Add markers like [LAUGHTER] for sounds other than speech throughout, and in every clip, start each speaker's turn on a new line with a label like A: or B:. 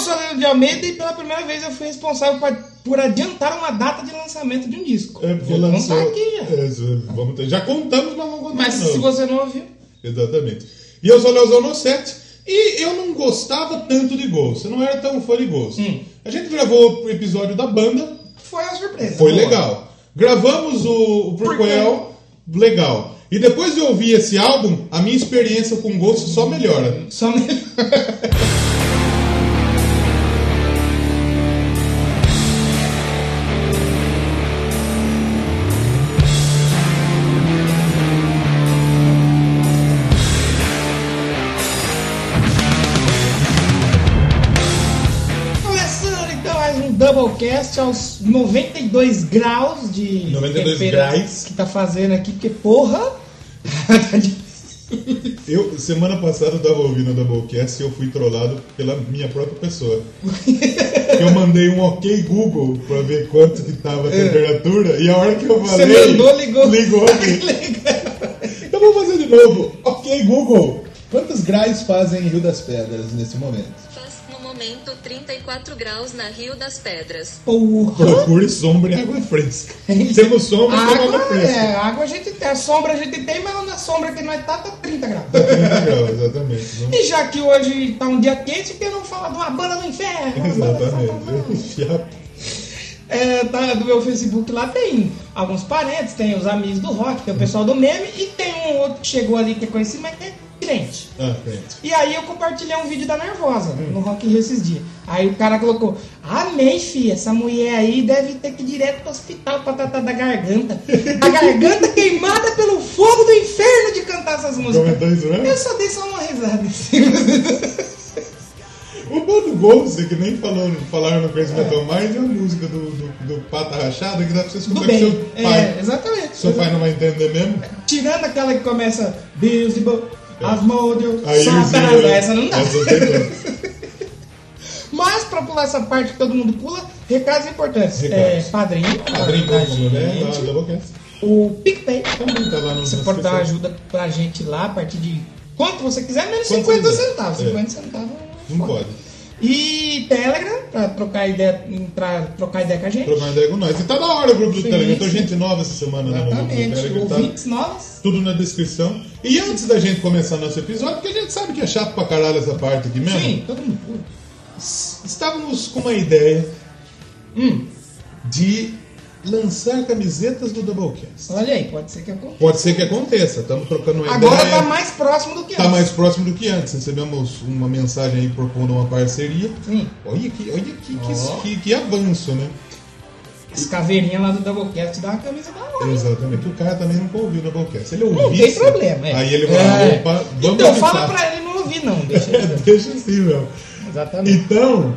A: Solano de Almeida e pela primeira vez eu fui responsável pra- por adiantar uma data de lançamento de um disco.
B: É, porque
A: Vou
B: lançou.
A: contar aqui já.
B: É, isso, vamos ter- Já contamos, mas vamos contar.
A: Mas
B: de novo.
A: se você não ouviu,
B: Exatamente. E eu sou o Leozão Nocete e eu não gostava tanto de Ghost. Eu não era tão fã de Ghost.
A: Hum.
B: A gente gravou o episódio da banda,
A: foi uma surpresa.
B: foi
A: Boa.
B: legal. Gravamos o, o Prequel, legal. E depois de ouvir esse álbum, a minha experiência com Ghost só melhora.
A: Só melhor. Começando então mais um Doublecast aos 92 graus de
B: 92
A: temperatura
B: graus.
A: que tá fazendo aqui, porque porra! [LAUGHS] tá difícil.
B: Eu, semana passada, eu tava ouvindo o Doublecast e eu fui trollado pela minha própria
A: [LAUGHS]
B: pessoa. eu mandei um ok Google pra ver quanto que tava a temperatura e a hora que eu
A: É. Você
B: falei...
A: mandou, ligou. [LAUGHS]
B: Ligou.
C: Eu vou fazer de novo. Ok, Google. Quantos graus fazem em Rio das Pedras nesse momento?
D: Faz, no momento, 34 graus na Rio das Pedras.
C: [LAUGHS]
A: Porra!
B: Procure sombra e água fresca. Temos sombra e água
A: É Água,
B: fresca.
A: é, água a gente tem, a sombra a gente tem, mas na sombra que nós tá, tá 30 graus.
B: Legal, exatamente. Não-
A: E já que hoje tá um dia quente, por que não fala de uma banda no inferno? Uma banda no inferno.
B: Exatamente. [LAUGHS] Já-
A: É, tá, do meu Facebook lá tem alguns parentes, tem os amigos do rock, tem o pessoal do meme e tem um outro que chegou ali que é conhecido, mas que é crente.
B: Ah, frente.
A: E aí eu compartilhei um vídeo da Nervosa
B: Hum.
A: no Rock in Rio esses dias. Aí o cara colocou, amei, fi, essa mulher aí deve ter que ir direto pro hospital pra tratar da garganta. A garganta queimada pelo fogo do inferno de cantar essas músicas.
B: Comentou isso mesmo?
A: Eu só dei só uma risada.
B: O bom do Ghost, que nem falou, falaram no Crazy Metal Mind, é a música do, do, do Pata Rachada que dá pra você
A: Tudo
B: escutar com
A: bem.
B: seu
A: É,
B: pai.
A: exatamente.
B: Seu pai não vai entender mesmo?
A: Tirando aquela que começa, Beelzebub, Asmodeus,
B: Aí
A: Satanás.
B: sim, é.
A: Essa não dá.
B: Essa eu sei,
A: Mas pra pular essa parte que todo mundo pula, recados importantes.
B: Recados.
A: É, padrinho.
B: não. Padrinho
A: da
B: Ghost, né?
A: gente,
B: Da Doublecast.
A: O PicPay.
B: Também tá lá no
A: Você
B: nas
A: pode dar
B: pessoas.
A: ajuda pra gente lá a partir de quanto você quiser, menos
B: Quanto
A: 50
B: quiser.
A: centavos.
B: É.
A: 50 centavos. é
B: Não
A: foda.
B: pode.
A: E Telegram, pra trocar ideia, pra trocar ideia com a gente.
B: Trocar uma ideia com nós. E tá da hora o grupo do
A: Sim,
B: Telegram. Então,
A: sim.
B: gente nova essa semana né, no grupo do
A: Exatamente.
B: Telegram, tá?
A: Ouvintes novos.
B: Tudo na descrição. E antes da gente começar nosso episódio, porque a gente sabe que é chato pra caralho essa parte aqui mesmo,
A: Sim, todo mundo. pula.
B: s- estávamos com uma ideia
A: Hum,
B: de lançar camisetas do Doublecast.
A: olha aí, pode ser que aconteça.
B: Pode ser que aconteça, estamos trocando uma
A: Agora
B: ideia.
A: tá mais próximo do que
B: é. tá mais próximo do que antes. Recebemos uma mensagem aí propondo uma parceria.
A: Sim.
B: Olha que, olha que, que-
A: Ó.
B: que, que avanço, né?
A: As caveirinhas lá do Doublecast dá uma camisa da hora.
B: Exatamente. O cara também nunca ouviu o Doublecast. Ele
A: Não
B: ouviu.
A: tem problema, é.
B: Aí ele vai
A: É.
B: opa, vamos
A: Então fala
B: avisar.
A: pra ele não ouvir, não. Deixa ele.
B: [LAUGHS] Deixa assim, meu.
A: Exatamente.
B: Então,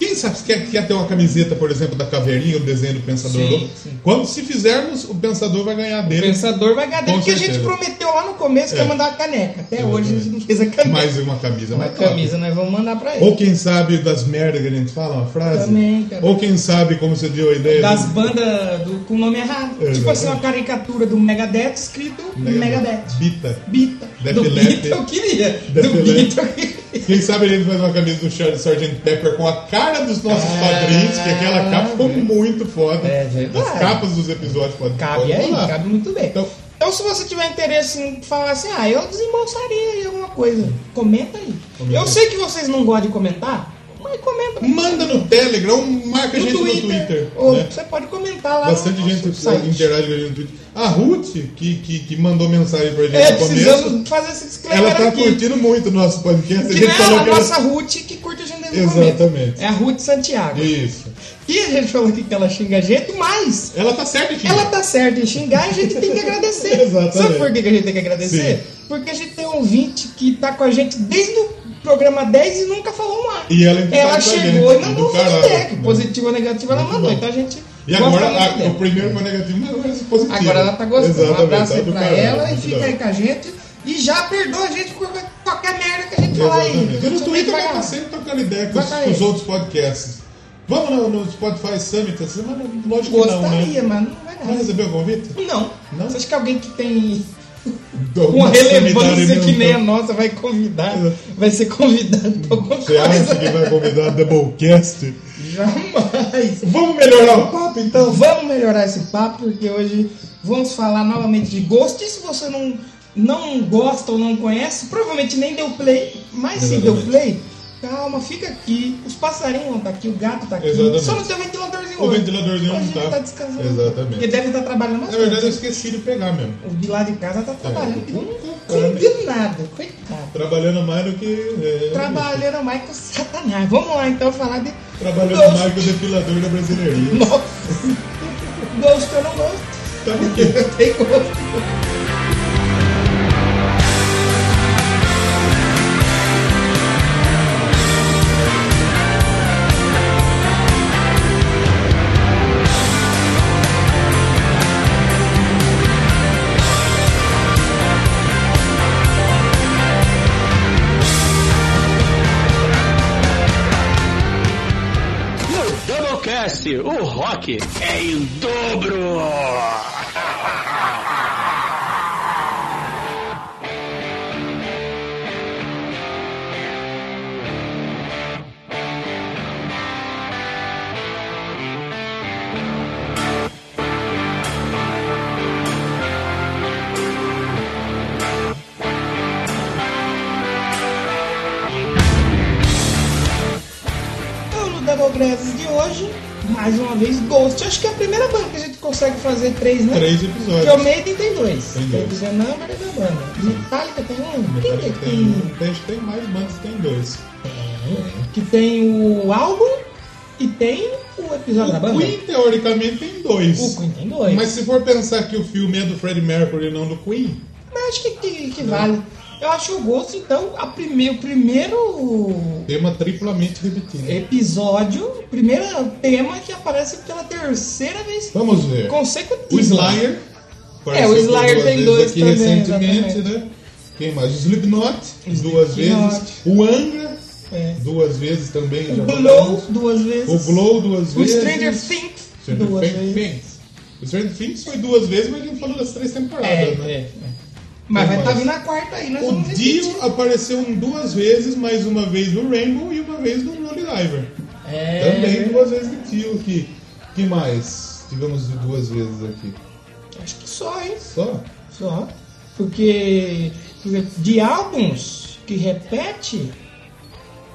B: quem sabe quer, quer ter uma camiseta, por exemplo, da caveirinha, o desenho do Pensador
A: Sim,
B: Louco?
A: sim.
B: Quando se fizermos, o Pensador vai ganhar
A: O
B: dele
A: pensador vai ganhar dele,
B: É. Com
A: porque a gente
B: certeza.
A: prometeu lá no começo que
B: É.
A: ia mandar uma caneca. Até
B: Exatamente.
A: hoje a gente não fez a caneca.
B: mais uma camisa.
A: Uma
B: mais top.
A: camisa nós vamos mandar pra ele.
B: Ou quem sabe das merdas que a gente fala, uma frase.
A: Também, cara.
B: Ou quem sabe, como você deu a ideia.
A: Das
B: do-
A: bandas do- com o nome errado. Tipo assim, uma caricatura do Megadeth escrito Megadeth.
B: Bita.
A: Bita.
B: Def
A: do
B: Leppard.
A: Bita eu queria.
B: Def
A: do
B: Leppard.
A: Bita eu queria.
B: Quem sabe a gente faz uma camisa do Charles Sgt. Pepper com a cara dos nossos
A: Ah,
B: padrinhos, que aquela capa ficou
A: é.
B: muito foda.
A: É verdade.
B: As capas dos episódios podem
A: Cabe
B: podem
A: aí,
B: rolar.
A: cabe muito bem. Então,
B: Então-
A: se você tiver interesse em falar assim, ah, eu desembolsaria aí alguma coisa, comenta aí.
B: Comenta
A: Eu
B: aí.
A: sei que vocês não gostam de comentar, mas comenta.
B: Manda no Telegram, marca a gente no Twitter.
A: ou
B: né?
A: Você pode comentar lá.
B: Bastante
A: no
B: gente
A: nosso site.
B: interage com a gente no Twitter. A Ruth, que, que, que mandou mensagem pra gente
A: É,
B: no começo,
A: precisamos fazer esse disclaimer
B: ela tá
A: aqui.
B: curtindo muito o nosso podcast. A
A: Que
B: gente
A: não é
B: falou
A: a
B: que ela-
A: nossa Ruth que curte a gente desde o começo.
B: Exatamente.
A: É a Ruth Santiago.
B: [LAUGHS] Isso.
A: E a gente falou aqui que ela xinga a gente, mas
B: Ela tá certa, gente.
A: ela tá certa em xingar e a gente tem que agradecer.
B: [LAUGHS] Exatamente.
A: Sabe por que que a gente tem que agradecer?
B: Sim.
A: Porque a gente tem um ouvinte que tá com a gente desde o programa 10 e nunca falou um ar.
B: E ela é
A: Ela
B: importante
A: chegou
B: também,
A: e mandou um
B: do caralho,
A: feedback,
B: né?
A: positivo ou negativo, ela
B: Muito
A: mandou.
B: bom.
A: Então a gente.
B: E
A: gosta
B: agora,
A: muito
B: a-
A: dela.
B: o primeiro foi negativo, mas agora é positivo.
A: Agora ela tá gostando. um
B: Exatamente,
A: abraço
B: tá
A: aí
B: do
A: pra
B: caralho,
A: ela e
B: muito
A: fica
B: da
A: aí
B: hora.
A: com a gente. E já perdoa a gente por qualquer merda que a gente falar aí.
B: Exatamente. E
A: A gente
B: no
A: também
B: Twitter
A: vai
B: ela tá
A: lá.
B: sempre trocando ideia com os,
A: Exatamente.
B: com os outros podcasts. Vamos no, no Spotify Summit essa semana? Lógico que não, né?
A: Gostaria, mas não vai
B: Não
A: dar.
B: recebeu o convite?
A: Não.
B: Não?
A: Você acha que alguém que tem Com
B: Alguma sanidade
A: relevância que nem a
B: ambiental.
A: nossa vai convidar, vai ser convidado pra alguma
B: Você acha
A: coisa.
B: que vai convidar a Doublecast?
A: Jamais.
B: Vamos melhorar o papo então?
A: Vamos melhorar esse papo, porque hoje vamos falar novamente de gosto. E se você não, não gosta ou não conhece, provavelmente nem deu play, mas se deu
B: Exatamente.
A: play, calma, fica aqui. Os passarinhos vão tá aqui, o gato tá aqui.
B: Exatamente.
A: Só não tem o ventiladorzinho
B: O
A: hoje.
B: ventiladorzinho
A: hoje
B: não
A: ele
B: tá.
A: tá descansando.
B: Exatamente.
A: Porque deve estar trabalhando
B: Na
A: bastante.
B: verdade, eu esqueci de pegar mesmo.
A: O de lá de casa tá trabalhando.
B: É,
A: que não
B: cara, né?
A: combinado, coitado.
B: Trabalhando mais do que. É,
A: Trabalhando mais com satanás. Vamos lá então falar de.
B: Trabalhando
A: Ghost.
B: mais que o depilador da brasileirinha.
A: [LAUGHS] Nossa! Gosto eu não gosto.
B: Tá porque.
A: Eu tenho gosto.
E: No Doublecast, o rock é em dobro!
A: Então, no Double Breath de hoje, mais uma vez, Ghost. Acho que é a primeira banda que a gente consegue fazer três, né?
B: Três
A: Porque o
B: episódios.
A: Maiden tem dois.
B: Tem
A: Tem
B: dois.
A: o Xenamber e da banda. Metallica tem um. Quem que tem?
B: Tem, um. tem, tem mais bandas que tem dois.
A: Que tem o álbum e tem o episódio da Tá
B: O
A: banda.
B: Queen, teoricamente, tem dois.
A: O Queen tem dois.
B: Mas se for pensar que o filme é do Freddie Mercury e não do Queen,
A: Mas acho que, que, que vale. Eu acho o gosto, então, a prime- o primeiro
B: tema triplamente repetido.
A: episódio, o primeiro tema que aparece pela terceira vez
B: Vamos ver.
A: consecutiva.
B: O Slayer.
A: É, o Slayer
B: duas
A: tem
B: vezes
A: dois
B: aqui
A: também,
B: recentemente,
A: exatamente.
B: né? Quem mais? O Slipknot, duas
A: Slipknot.
B: vezes. O Angra,
A: É.
B: duas vezes também.
A: O
B: já
A: Blow
B: falamos.
A: duas vezes.
B: O Blow, duas
A: O
B: vezes.
A: Stranger Things
B: Stranger
A: duas
B: Thing-
A: vezes.
B: Things. O Stranger Things foi duas vezes, mas a gente falou das três temporadas,
A: É,
B: né?
A: é, é. Mas vai
B: Tem
A: estar
B: mais.
A: vindo a quarta aí, nós
B: O
A: vamos repetir.
B: Dio apareceu em duas vezes, mais uma vez no Rainbow e uma vez no Lonely Diver.
A: É,
B: Também duas vezes no Dio aqui. Que mais? Tivemos duas vezes aqui.
A: É, Acho que só, hein?
B: Só?
A: Só. Porque, por exemplo, de álbuns que repete,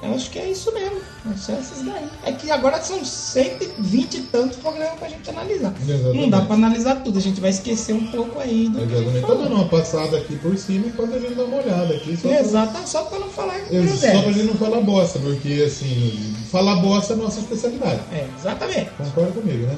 A: eu acho que é isso mesmo. É só esses daí. É que agora são 120 e tantos programas pra gente analisar.
B: Exatamente.
A: Não dá pra analisar tudo, a gente vai esquecer um pouco aí do que a gente
B: Exatamente. Tô
A: falou.
B: dando uma passada aqui por cima enquanto a gente dá uma olhada aqui. Só pra,
A: Exato, só pra não falar que
B: eu-
A: não
B: só pra
A: deve.
B: gente não falar bosta, porque assim, falar bosta é nossa especialidade.
A: É, exatamente.
B: Concorda comigo, né?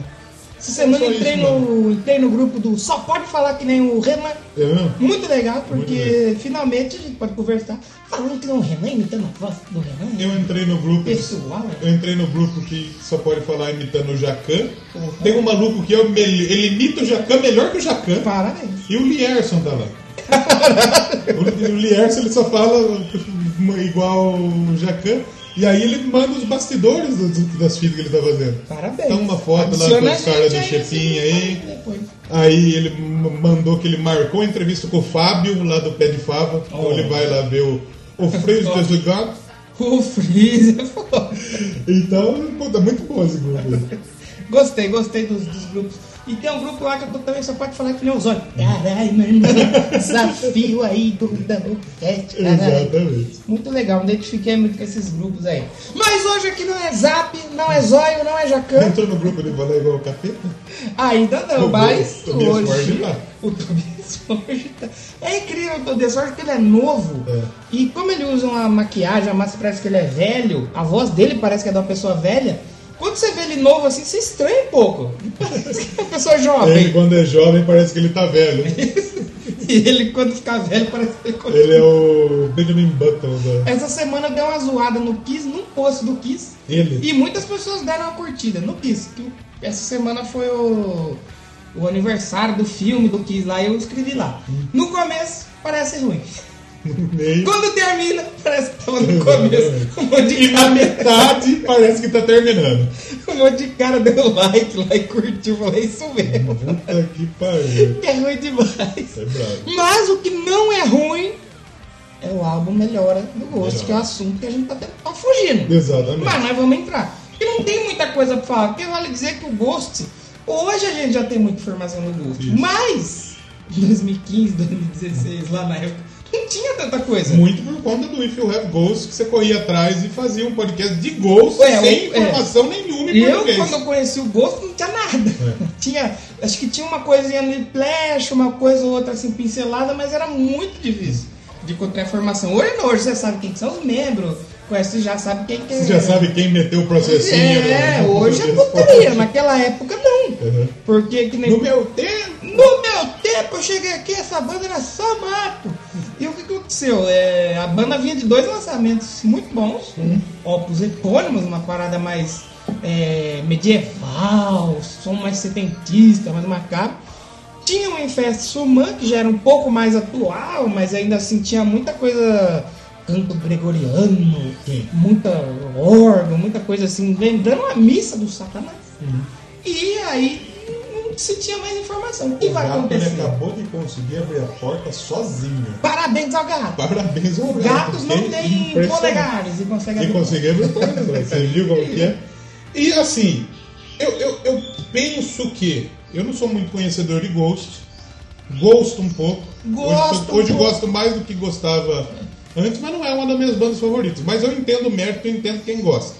A: Essa semana
B: Só
A: eu entrei,
B: isso,
A: no, entrei no grupo do Só Pode Falar Que Nem o Renan.
B: É mesmo?
A: Muito legal,
B: Muito
A: porque finalmente a gente pode conversar falando que não é o Renan, imitando a voz do Renan.
B: Eu entrei no grupo.
A: Pessoal,
B: Eu entrei no grupo que só pode falar imitando o Jacan. Tem um maluco que é o mel- ele imita o Jacan melhor que o Jacan.
A: parabéns.
B: E o Lierson tá lá. [LAUGHS] O, o Lierson ele só fala igual o Jacan. E aí ele manda os bastidores do- do- das fitas que ele tá fazendo.
A: Parabéns.
B: Tá uma foto lá com os caras do Chepinho aí. Aí ele m- mandou que ele marcou entrevista com o Fábio, lá do Pé de Fava. Então ele vai lá ver o, o Freio de Desligado.
A: O Freezer, [LAUGHS] pô.
B: Então, pô, tá muito bom esse grupo. aí.
A: Gostei, gostei dos, dos grupos. E tem um grupo lá que eu tô também só pode falar que nem os olhos. Caralho, meu
B: [LAUGHS]
A: irmão. Desafio aí do da Luquete, caralho.
B: Exatamente.
A: Muito legal, me identifiquei muito com esses grupos aí. Mas hoje aqui não é Zap, não é Zóio, não é Jacan.
B: Entrou no grupo de falar igual o capeta?
A: Ainda não,
B: O
A: mas
B: Tobias tá.
A: hoje.
B: Forge lá.
A: O Tobias Forge tá. É incrível o Tobias Forge porque ele é novo.
B: É.
A: E como ele usa uma maquiagem, a máscara parece que ele é velho, a voz dele parece que é de uma pessoa velha. Quando você vê ele novo assim, você estranha um pouco. Parece que é uma pessoa
B: Ele,
A: jovem.
B: quando é jovem, parece que ele tá velho.
A: E ele, quando ficar velho, parece que ele continua.
B: Ele é o Benjamin Button. Da...
A: Essa semana deu uma zoada no Kiss, num post do Kiss.
B: Ele?
A: E muitas pessoas deram uma curtida no Kiss. Que essa semana foi o, o aniversário do filme do Kiss lá e eu escrevi lá. No começo parece ruim.
B: meio.
A: Quando termina, parece que tava no começo. Um monte de
B: Na
A: cara,
B: metade parece que tá terminando.
A: um monte de cara deu like lá e curtiu. Falei, isso mesmo.
B: Puta que pariu.
A: Que é ruim demais.
B: É bravo.
A: Mas o que não é ruim é o álbum Melhora do Gosto,
B: Melhora.
A: que é o assunto que a gente tá, tendo- tá fugindo. Mas
B: Exatamente.
A: nós vamos entrar. E não tem muita coisa pra falar, porque vale dizer que o Ghost, hoje a gente já tem muita informação do Ghost,
B: Isso.
A: mas em 2015, 2016, lá na época, não tinha tanta coisa.
B: Muito por conta do If You Have Ghosts, que você corria atrás e fazia um podcast de Ghosts
A: Ué,
B: sem
A: é.
B: informação nenhuma
A: E
B: em
A: eu,
B: português.
A: quando eu conheci o Ghost, não tinha nada.
B: É.
A: [LAUGHS] Tinha, acho que tinha uma coisinha no Flash, uma coisa ou outra assim pincelada, mas era muito difícil de encontrar informação. Hoje não, hoje você sabe quem que são os membros, conhece, você já sabe quem que é.
B: Você já sabe quem meteu o processinho. né?
A: É,
B: no- no-
A: hoje é
B: no-
A: putaria, naquela época não.
B: tipo, Uhum.
A: Porque que nem.
B: No meu tempo.
A: No meu tempo eu cheguei aqui, essa banda era só mato. E o que que aconteceu? É, a banda vinha de dois lançamentos muito bons, Opus Epônimos, uma parada mais é, medieval, som mais setentista, mais macabro. Tinha o Infest Suman, que já era um pouco mais atual, mas ainda assim tinha muita coisa canto gregoriano,
B: Sim.
A: muita órgão, muita coisa assim, lembrando a missa do Satanás.
B: Uhum.
A: E aí não se tinha mais informação. O que
B: O
A: vai
B: gato, né, ele
A: acontecer?
B: acabou de conseguir abrir a porta sozinho.
A: Parabéns ao gato.
B: Parabéns ao
A: Os
B: gato,
A: gatos não
B: fiquei
A: têm
B: impressionado.
A: polegares e conseguem
B: É, E
A: abrir.
B: consegui abrir a porta, você viu como que é?
C: E assim,
B: Eu, eu, eu penso que. Eu não sou muito conhecedor de Ghost. Gosto um pouco.
A: Gosto
B: hoje
A: um
B: hoje
A: pouco.
B: gosto mais do que gostava antes, mas não é uma das minhas bandas favoritas. Mas eu entendo o mérito, eu entendo quem gosta.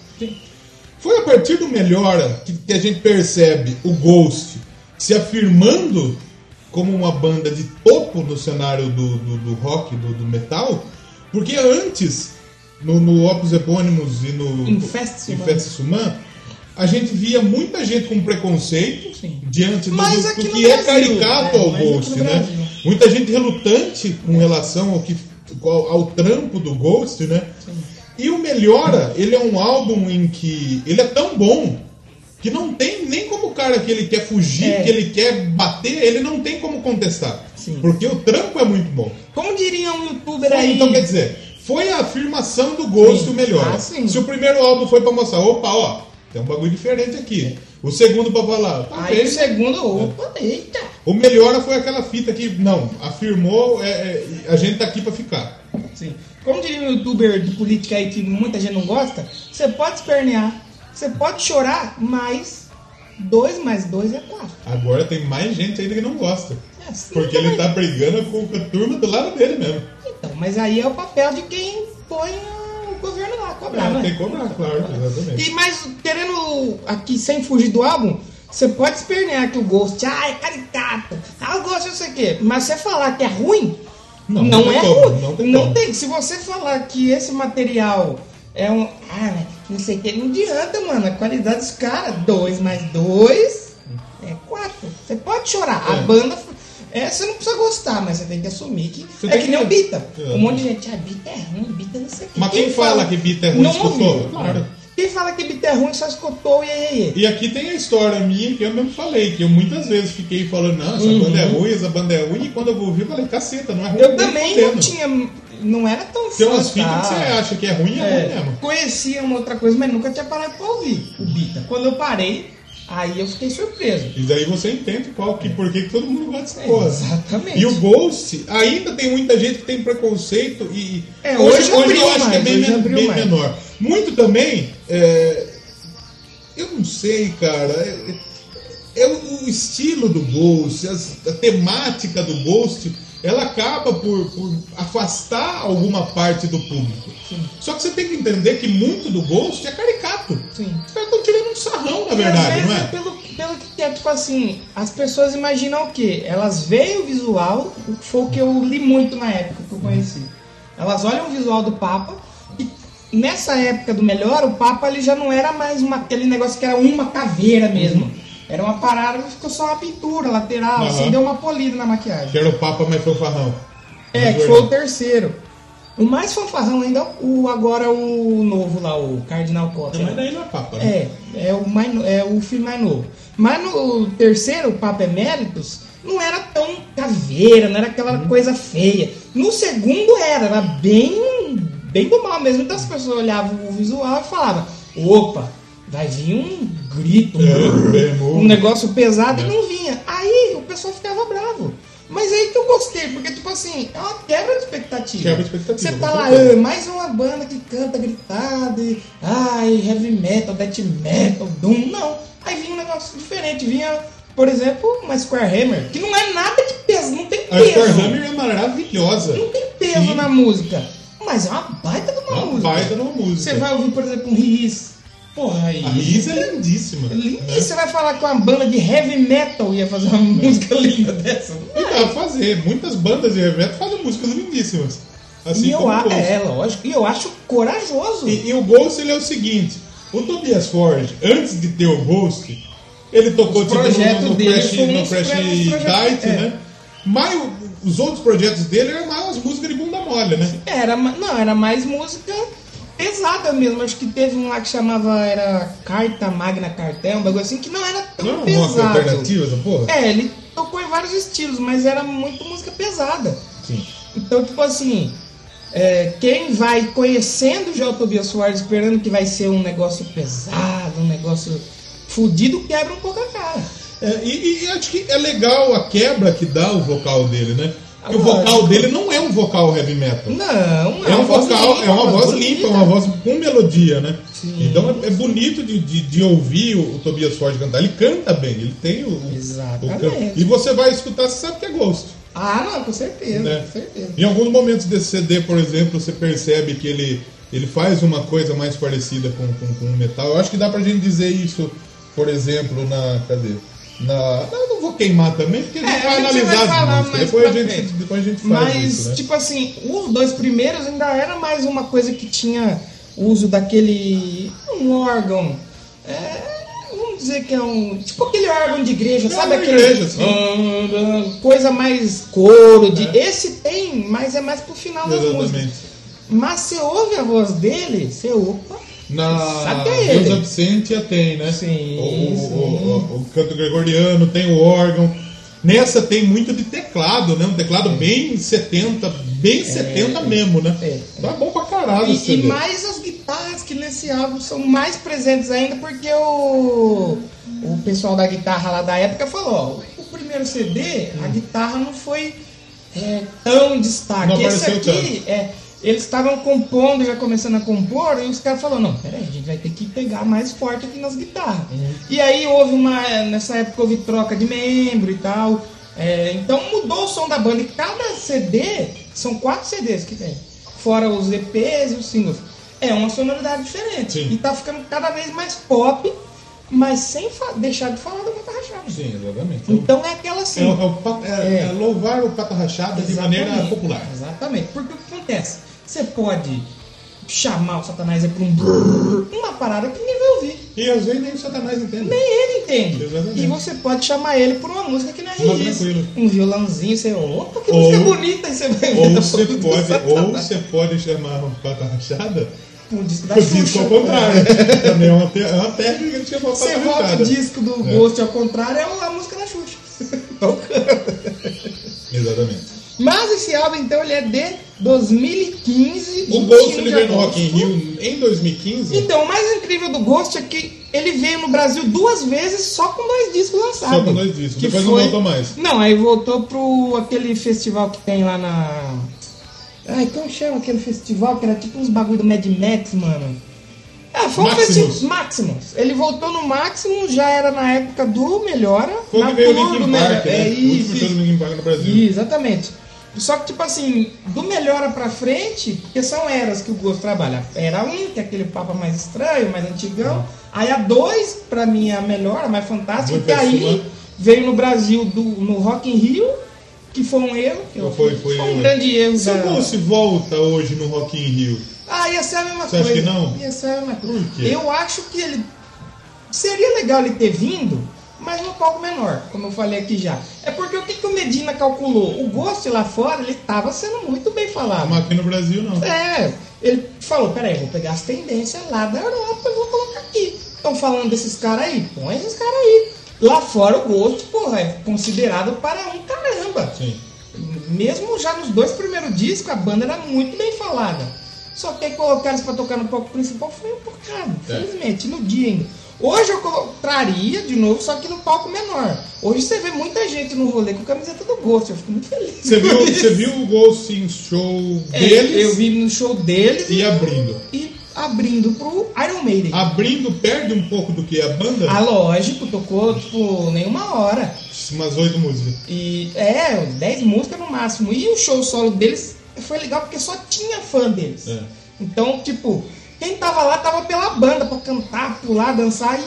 B: Foi a partir do Melhora que, que a gente percebe o Ghost se afirmando como uma banda de topo no cenário do, do, do rock, do, do metal, porque antes, no, no Opus Epônimos e no
A: Infest
B: em
A: Suman.
B: Festa Sumã, a gente via muita gente com preconceito
A: Sim.
B: diante do,
A: Mas
B: do
A: aqui
B: que
A: no
B: é
A: Brasil,
B: caricato
A: né?
B: ao
A: Mas aqui no
B: Ghost, né?
A: Brasil.
B: Muita gente relutante com relação ao, que, ao, ao trampo do Ghost, né? E o Melhora, ele é um álbum em que ele é tão bom que não tem nem como o cara que ele quer fugir,
A: É.
B: que ele quer bater, ele não tem como contestar.
A: Sim.
B: Porque o trampo é muito bom.
A: Como diria um youtuber
B: Foi,
A: aí.
B: Então quer dizer, foi a afirmação do gosto
A: Sim.
B: melhor.
A: Ah, sim.
B: Se o primeiro álbum foi pra mostrar, opa, ó, tem um bagulho diferente aqui. O segundo pra falar, tá
A: É. Aí
B: bem.
A: o segundo, opa, eita.
B: O melhor foi aquela fita que, não, afirmou, é, é, a gente tá aqui pra ficar.
A: Sim. Como diria um youtuber de política aí que muita gente não gosta, você pode espernear, você pode chorar, mas dois mais dois é quatro.
B: Agora tem mais gente ainda que não gosta.
A: É, sim,
B: Porque ele
A: mas-
B: tá brigando com a turma do lado dele mesmo.
A: Então, mas aí é o papel de quem põe o governo lá, a cobrar, né?
B: É, tem que cobrar, claro, exatamente.
A: E mas querendo aqui sem fugir do álbum, você pode espernear que o Ghost, ah, é caricato, ah, o Ghost não sei o quê. Mas você falar que é ruim,
B: Não,
A: não,
B: não tem
A: é
B: como,
A: ruim.
B: não
A: Não
B: tem
A: tem,
B: como.
A: Se você falar que esse material é um. Ah, não sei o que, não adianta, mano. A qualidade dos caras, dois mais dois é quatro. Você pode chorar. A
B: É.
A: banda. É, você não precisa gostar, mas você tem que assumir que.
B: Você
A: é
B: tem
A: que
B: que-
A: nem o Bita.
B: É.
A: Um monte de gente, ah, Bita é ruim, Bita não sei o que.
B: Mas quem fala que Bita é ruim,
A: Não
B: escutou?
A: ouviu,
B: Claro.
A: Quem fala que Bita é ruim só escutou e aí, aí.
B: E aqui tem a história minha que eu mesmo falei, que eu muitas vezes fiquei falando, não, essa banda é ruim, essa banda é ruim, e quando eu vou ouvir, eu falei, caceta, não é ruim.
A: Uhum. Eu
B: nem
A: também
B: fudendo.
A: não tinha. Não era tão
B: Tem
A: fã,
B: umas fitas
A: tá?
B: que você acha que é ruim, é,
A: É,
B: ruim mesmo.
A: conhecia uma outra coisa, mas nunca tinha parado pra ouvir o Bita. Quando eu parei, aí eu fiquei surpreso.
B: E daí você entende qual que, por que que todo mundo gosta dessa
A: É,
B: porra.
A: exatamente.
B: E o Ghost, ainda tem muita gente que tem preconceito e.
A: É, hoje abriu
B: eu acho que é
A: mais,
B: bem,
A: hoje
B: men-
A: abriu
B: bem
A: mais.
B: menor. Muito também. é, eu não sei, cara. É, é o o estilo do Ghost, as- a temática do Ghost, ela acaba por, por afastar alguma parte do público. Só que você tem que entender que muito do Ghost é caricato.
A: Sim.
B: Os caras estão tirando um sarrão,
A: E
B: na
A: às
B: verdade,
A: vezes
B: não
A: é
B: é?
A: pelo, pelo que é, tipo assim, as pessoas imaginam o quê? Elas veem o visual, o que foi o que eu li muito na época que eu conheci. Elas olham o visual do Papa e nessa época do melhor, o Papa ele já não era mais uma- aquele negócio que era uma caveira mesmo. Era uma parada que ficou só uma pintura lateral,
B: Uhum. Aham.
A: assim, deu uma polida na maquiagem.
B: Que era o Papa, mas foi o farrão.
A: É, que foi o terceiro. O mais fanfarrão ainda é o agora o novo lá, o Cardinal Coppola.
B: Mas daí não é Papa, né?
A: É, é o, mais, no- é o filme mais novo. Mas no
B: Uhum.
A: terceiro, o Papa Eméritos, não era tão caveira, não era aquela coisa feia. No segundo era, era bem, bem do mal mesmo.
B: Uhum.
A: Então as pessoas olhavam o visual e falavam: opa, vai vir um grito, um,
B: É, bem
A: um
B: bom.
A: negócio pesado e não vinha. Aí o pessoal ficava bravo. Mas aí que eu gostei, porque tipo assim, é uma quebra de expectativa.
B: Quebra de expectativa,
A: Você
B: com
A: tá lá,
B: certeza.
A: "Ah, mais uma banda que canta gritado, e, ai, heavy metal, death metal, doom. Não. Aí vinha um negócio diferente. Vinha, por exemplo, uma Square Hammer, que não é nada de peso, não tem
B: A
A: peso.
B: Starhammer é maravilhosa.
A: Não tem peso
B: Sim.
A: na música. Mas é uma baita de uma,
B: Uma
A: música.
B: baita numa música.
A: Você vai ouvir, por exemplo, um Riz. Porra, aí.
B: A É. Riz é lindíssima.
A: E você vai falar com uma banda de heavy metal ia fazer uma
B: É.
A: música [LAUGHS] linda dessa?
B: E dá pra fazer. Muitas bandas de evento fazem músicas lindíssimas. Assim
A: e eu
B: como o
A: acho.
B: Ghost.
A: É, lógico. E eu acho corajoso.
B: E, e o Ghost ele é o seguinte: o Tobias Forge, antes de ter o Ghost, ele tocou
A: Os
B: tipo,
A: projetos
B: no, no
A: dele
B: Crash,
A: foram
B: no
A: os
B: Crash
A: projetos- os projetos-
B: Diet,
A: é.
B: né? Mas o- os outros projetos dele eram mais umas músicas de bunda mole, né?
A: Era, ma- não, era mais música pesada mesmo. Acho que teve um lá que chamava. Era Carta Magna Cartel, um bagulho assim, que não era tão
B: Não era uma rock
A: pesado.
B: alternativa essa porra?
A: É, ele tocou em vários estilos, mas era muito música pesada.
B: Sim.
A: Então, tipo assim, é, quem vai conhecendo já o Tobias Soares, esperando que vai ser um negócio pesado, um negócio fudido, quebra um pouco a cara.
B: É, e, e acho que é legal a quebra que dá o vocal dele, né? Porque o
A: Lógico.
B: vocal dele não é um vocal heavy metal.
A: Não,
B: É um vocal, é uma voz
A: bonita.
B: limpa, uma voz com melodia, né?
A: Sim.
B: Então é, é bonito de, de, de ouvir o, o Tobias Forge cantar. Ele canta bem, ele tem o. o-
A: Exatamente.
B: o canto. e você vai escutar, você sabe que é Ghost.
A: Ah, não, com certeza,
B: Né?
A: com certeza.
B: Em alguns momentos desse CD, por exemplo, você percebe que ele, ele faz uma coisa mais parecida com, com, com o metal. Eu acho que dá pra gente dizer isso, por exemplo, na. Cadê? Na, eu não vou queimar também, porque a gente
A: É,
B: vai
A: a gente
B: analisar
A: vai
B: as
A: falar
B: músicas.
A: mais
B: Depois a,
A: pra
B: gente,
A: frente.
B: depois a gente faz
A: Mas,
B: isso, né?
A: tipo assim, os dois primeiros ainda era mais uma coisa que tinha uso daquele. um órgão. É, vamos dizer que é um. tipo aquele órgão de igreja,
B: É
A: sabe
B: uma
A: aquele.
B: igreja, sim.
A: Hum, coisa mais couro. De, Esse tem, mas é mais pro final das músicas.
B: É. Exatamente.
A: Mas você ouve a voz dele, você opa.
B: Na
A: Sabe que é ele.
B: Deus Absentia tem, né?
A: Sim,
B: O, o-
A: sim.
B: o- o- o canto gregoriano tem o órgão. Nessa tem muito de teclado, né? Um teclado bem 70, bem 70 mesmo, né?
A: É.
B: Tá bom pra caralho esse
A: E, e
B: CD.
A: mais as guitarras que nesse álbum são mais presentes ainda, porque o, o pessoal da guitarra lá da época falou, ó, o primeiro CD,
B: Hum.
A: a guitarra não foi é, tão destaque.
B: Não
A: Esse
B: apareceu
A: aqui, é, eles estavam compondo, já começando a compor, e os caras falaram, não, peraí, a gente vai ter que pegar mais forte aqui nas guitarras.
B: Uhum.
A: E aí houve uma. Nessa época houve troca de membro e tal. é, então mudou o som da banda. E cada CD, são quatro CDs que tem. Fora os EPs e os singles. É uma sonoridade diferente.
B: Sim.
A: E tá ficando cada vez mais pop, mas sem fa- deixar de falar da guitarra chave.
B: Sim, exatamente.
A: Então é aquela assim.
B: É, o- é o pa- é-
A: É.
B: é louvar o pata rachada de
A: Exatamente.
B: maneira popular.
A: Exatamente. Porque o que acontece? Você pode chamar o Satanás aí pra um brrr, uma parada que ninguém vai ouvir.
B: E às vezes nem o Satanás entende.
A: Nem ele entende.
B: Exatamente.
A: E você pode chamar ele por uma música que não é
B: Mas
A: registro.
B: tranquilo.
A: Um violãozinho, você. Opa, que
B: Ou-
A: música bonita! Aí você vai [LAUGHS] ver
B: Ou
A: a
B: você,
A: foto do
B: pode, ou
A: Satanás.
B: você pode chamar o pata rachada
A: [LAUGHS] Um disco da
B: o disco ao
A: Xuxa.
B: contrário. Também é uma, te- é uma técnica de chamar o
A: Você
B: pata
A: volta
B: rachada.
A: o disco do
B: É.
A: Ghost ao contrário, é a música da Xuxa. [LAUGHS] Tocando.
B: Exatamente.
A: Mas esse álbum, então, ele é de 2015.
B: O
A: 21
B: Ghost
A: de
B: ele veio no Rock in
A: agosto.
B: Rio em 2015,
A: Então, o mais incrível do Ghost é que ele veio no Brasil duas vezes só com dois discos lançados.
B: só com dois discos.
A: Que
B: Depois
A: foi-
B: não voltou mais.
A: Não, aí voltou pro aquele festival que tem lá na. Ai, como chama aquele festival que era tipo uns bagulho do Mad Max, mano? É, foi um
B: Maximus.
A: festival. Maximus. Ele voltou no Maximus, já era na época do Melhora.
B: Foi
A: na
B: que veio o
A: tour do
B: Linkin
A: Melhora.
B: Park,
A: É
B: né? O
A: isso.
B: último show do Linkin Park no Brasil.
A: Ih, Exatamente. Só que, tipo assim, do melhora pra frente, porque são eras que o Ghost trabalha. Era 1, que é aquele papo mais estranho, mais antigão. Aí a 2, pra mim, é a melhor, a mais fantástica.
B: Ah. Muito
A: que aí
B: acima.
A: veio no Brasil do, no Rock in Rio, que foi um erro. Que eu-
B: Foi- foi
A: um
B: erro.
A: grande erro.
B: Se
A: da-
B: o Ghost volta hoje no Rock in Rio,
A: Ah, ia ser a mesma
B: Você
A: coisa.
B: acha que não?
A: Ia ser a mesma coisa.
B: Por quê?
A: Eu acho que ele. Seria legal ele ter vindo, mas num palco menor, como eu falei aqui já. É porque o que, que o Medina calculou? O Ghost lá fora, ele tava sendo muito bem falado.
B: mas aqui no Brasil não.
A: É, ele falou, peraí, vou pegar as tendências lá da Europa e vou colocar aqui. Estão falando desses caras aí? Põe esses caras aí. Lá fora o Ghost, porra, é considerado para um caramba.
B: Sim.
A: mesmo já nos dois primeiros discos, a banda era muito bem falada. Só que aí colocaram eles pra tocar no palco principal foi um bocado,
C: É.
A: infelizmente, no dia ainda. Hoje eu colo- traria de novo, só que no palco menor. Hoje você vê muita gente no rolê com camiseta do Ghost, eu fico muito feliz.
B: Você
A: [LAUGHS]
B: viu,
A: com isso.
B: você viu o Ghost in Show
A: É,
B: deles
A: Eu vi no show deles
B: e Ah. abrindo.
A: e abrindo pro Iron Maiden.
B: Abrindo perde um pouco do que é a banda,
A: Ah, lógico, tocou tipo nenhuma hora.
B: umas oito músicas.
A: E é, 10 músicas no máximo. E o show solo deles foi legal porque só tinha fã deles.
B: É.
A: Então, tipo, quem tava lá tava pela banda pra cantar, pular, dançar e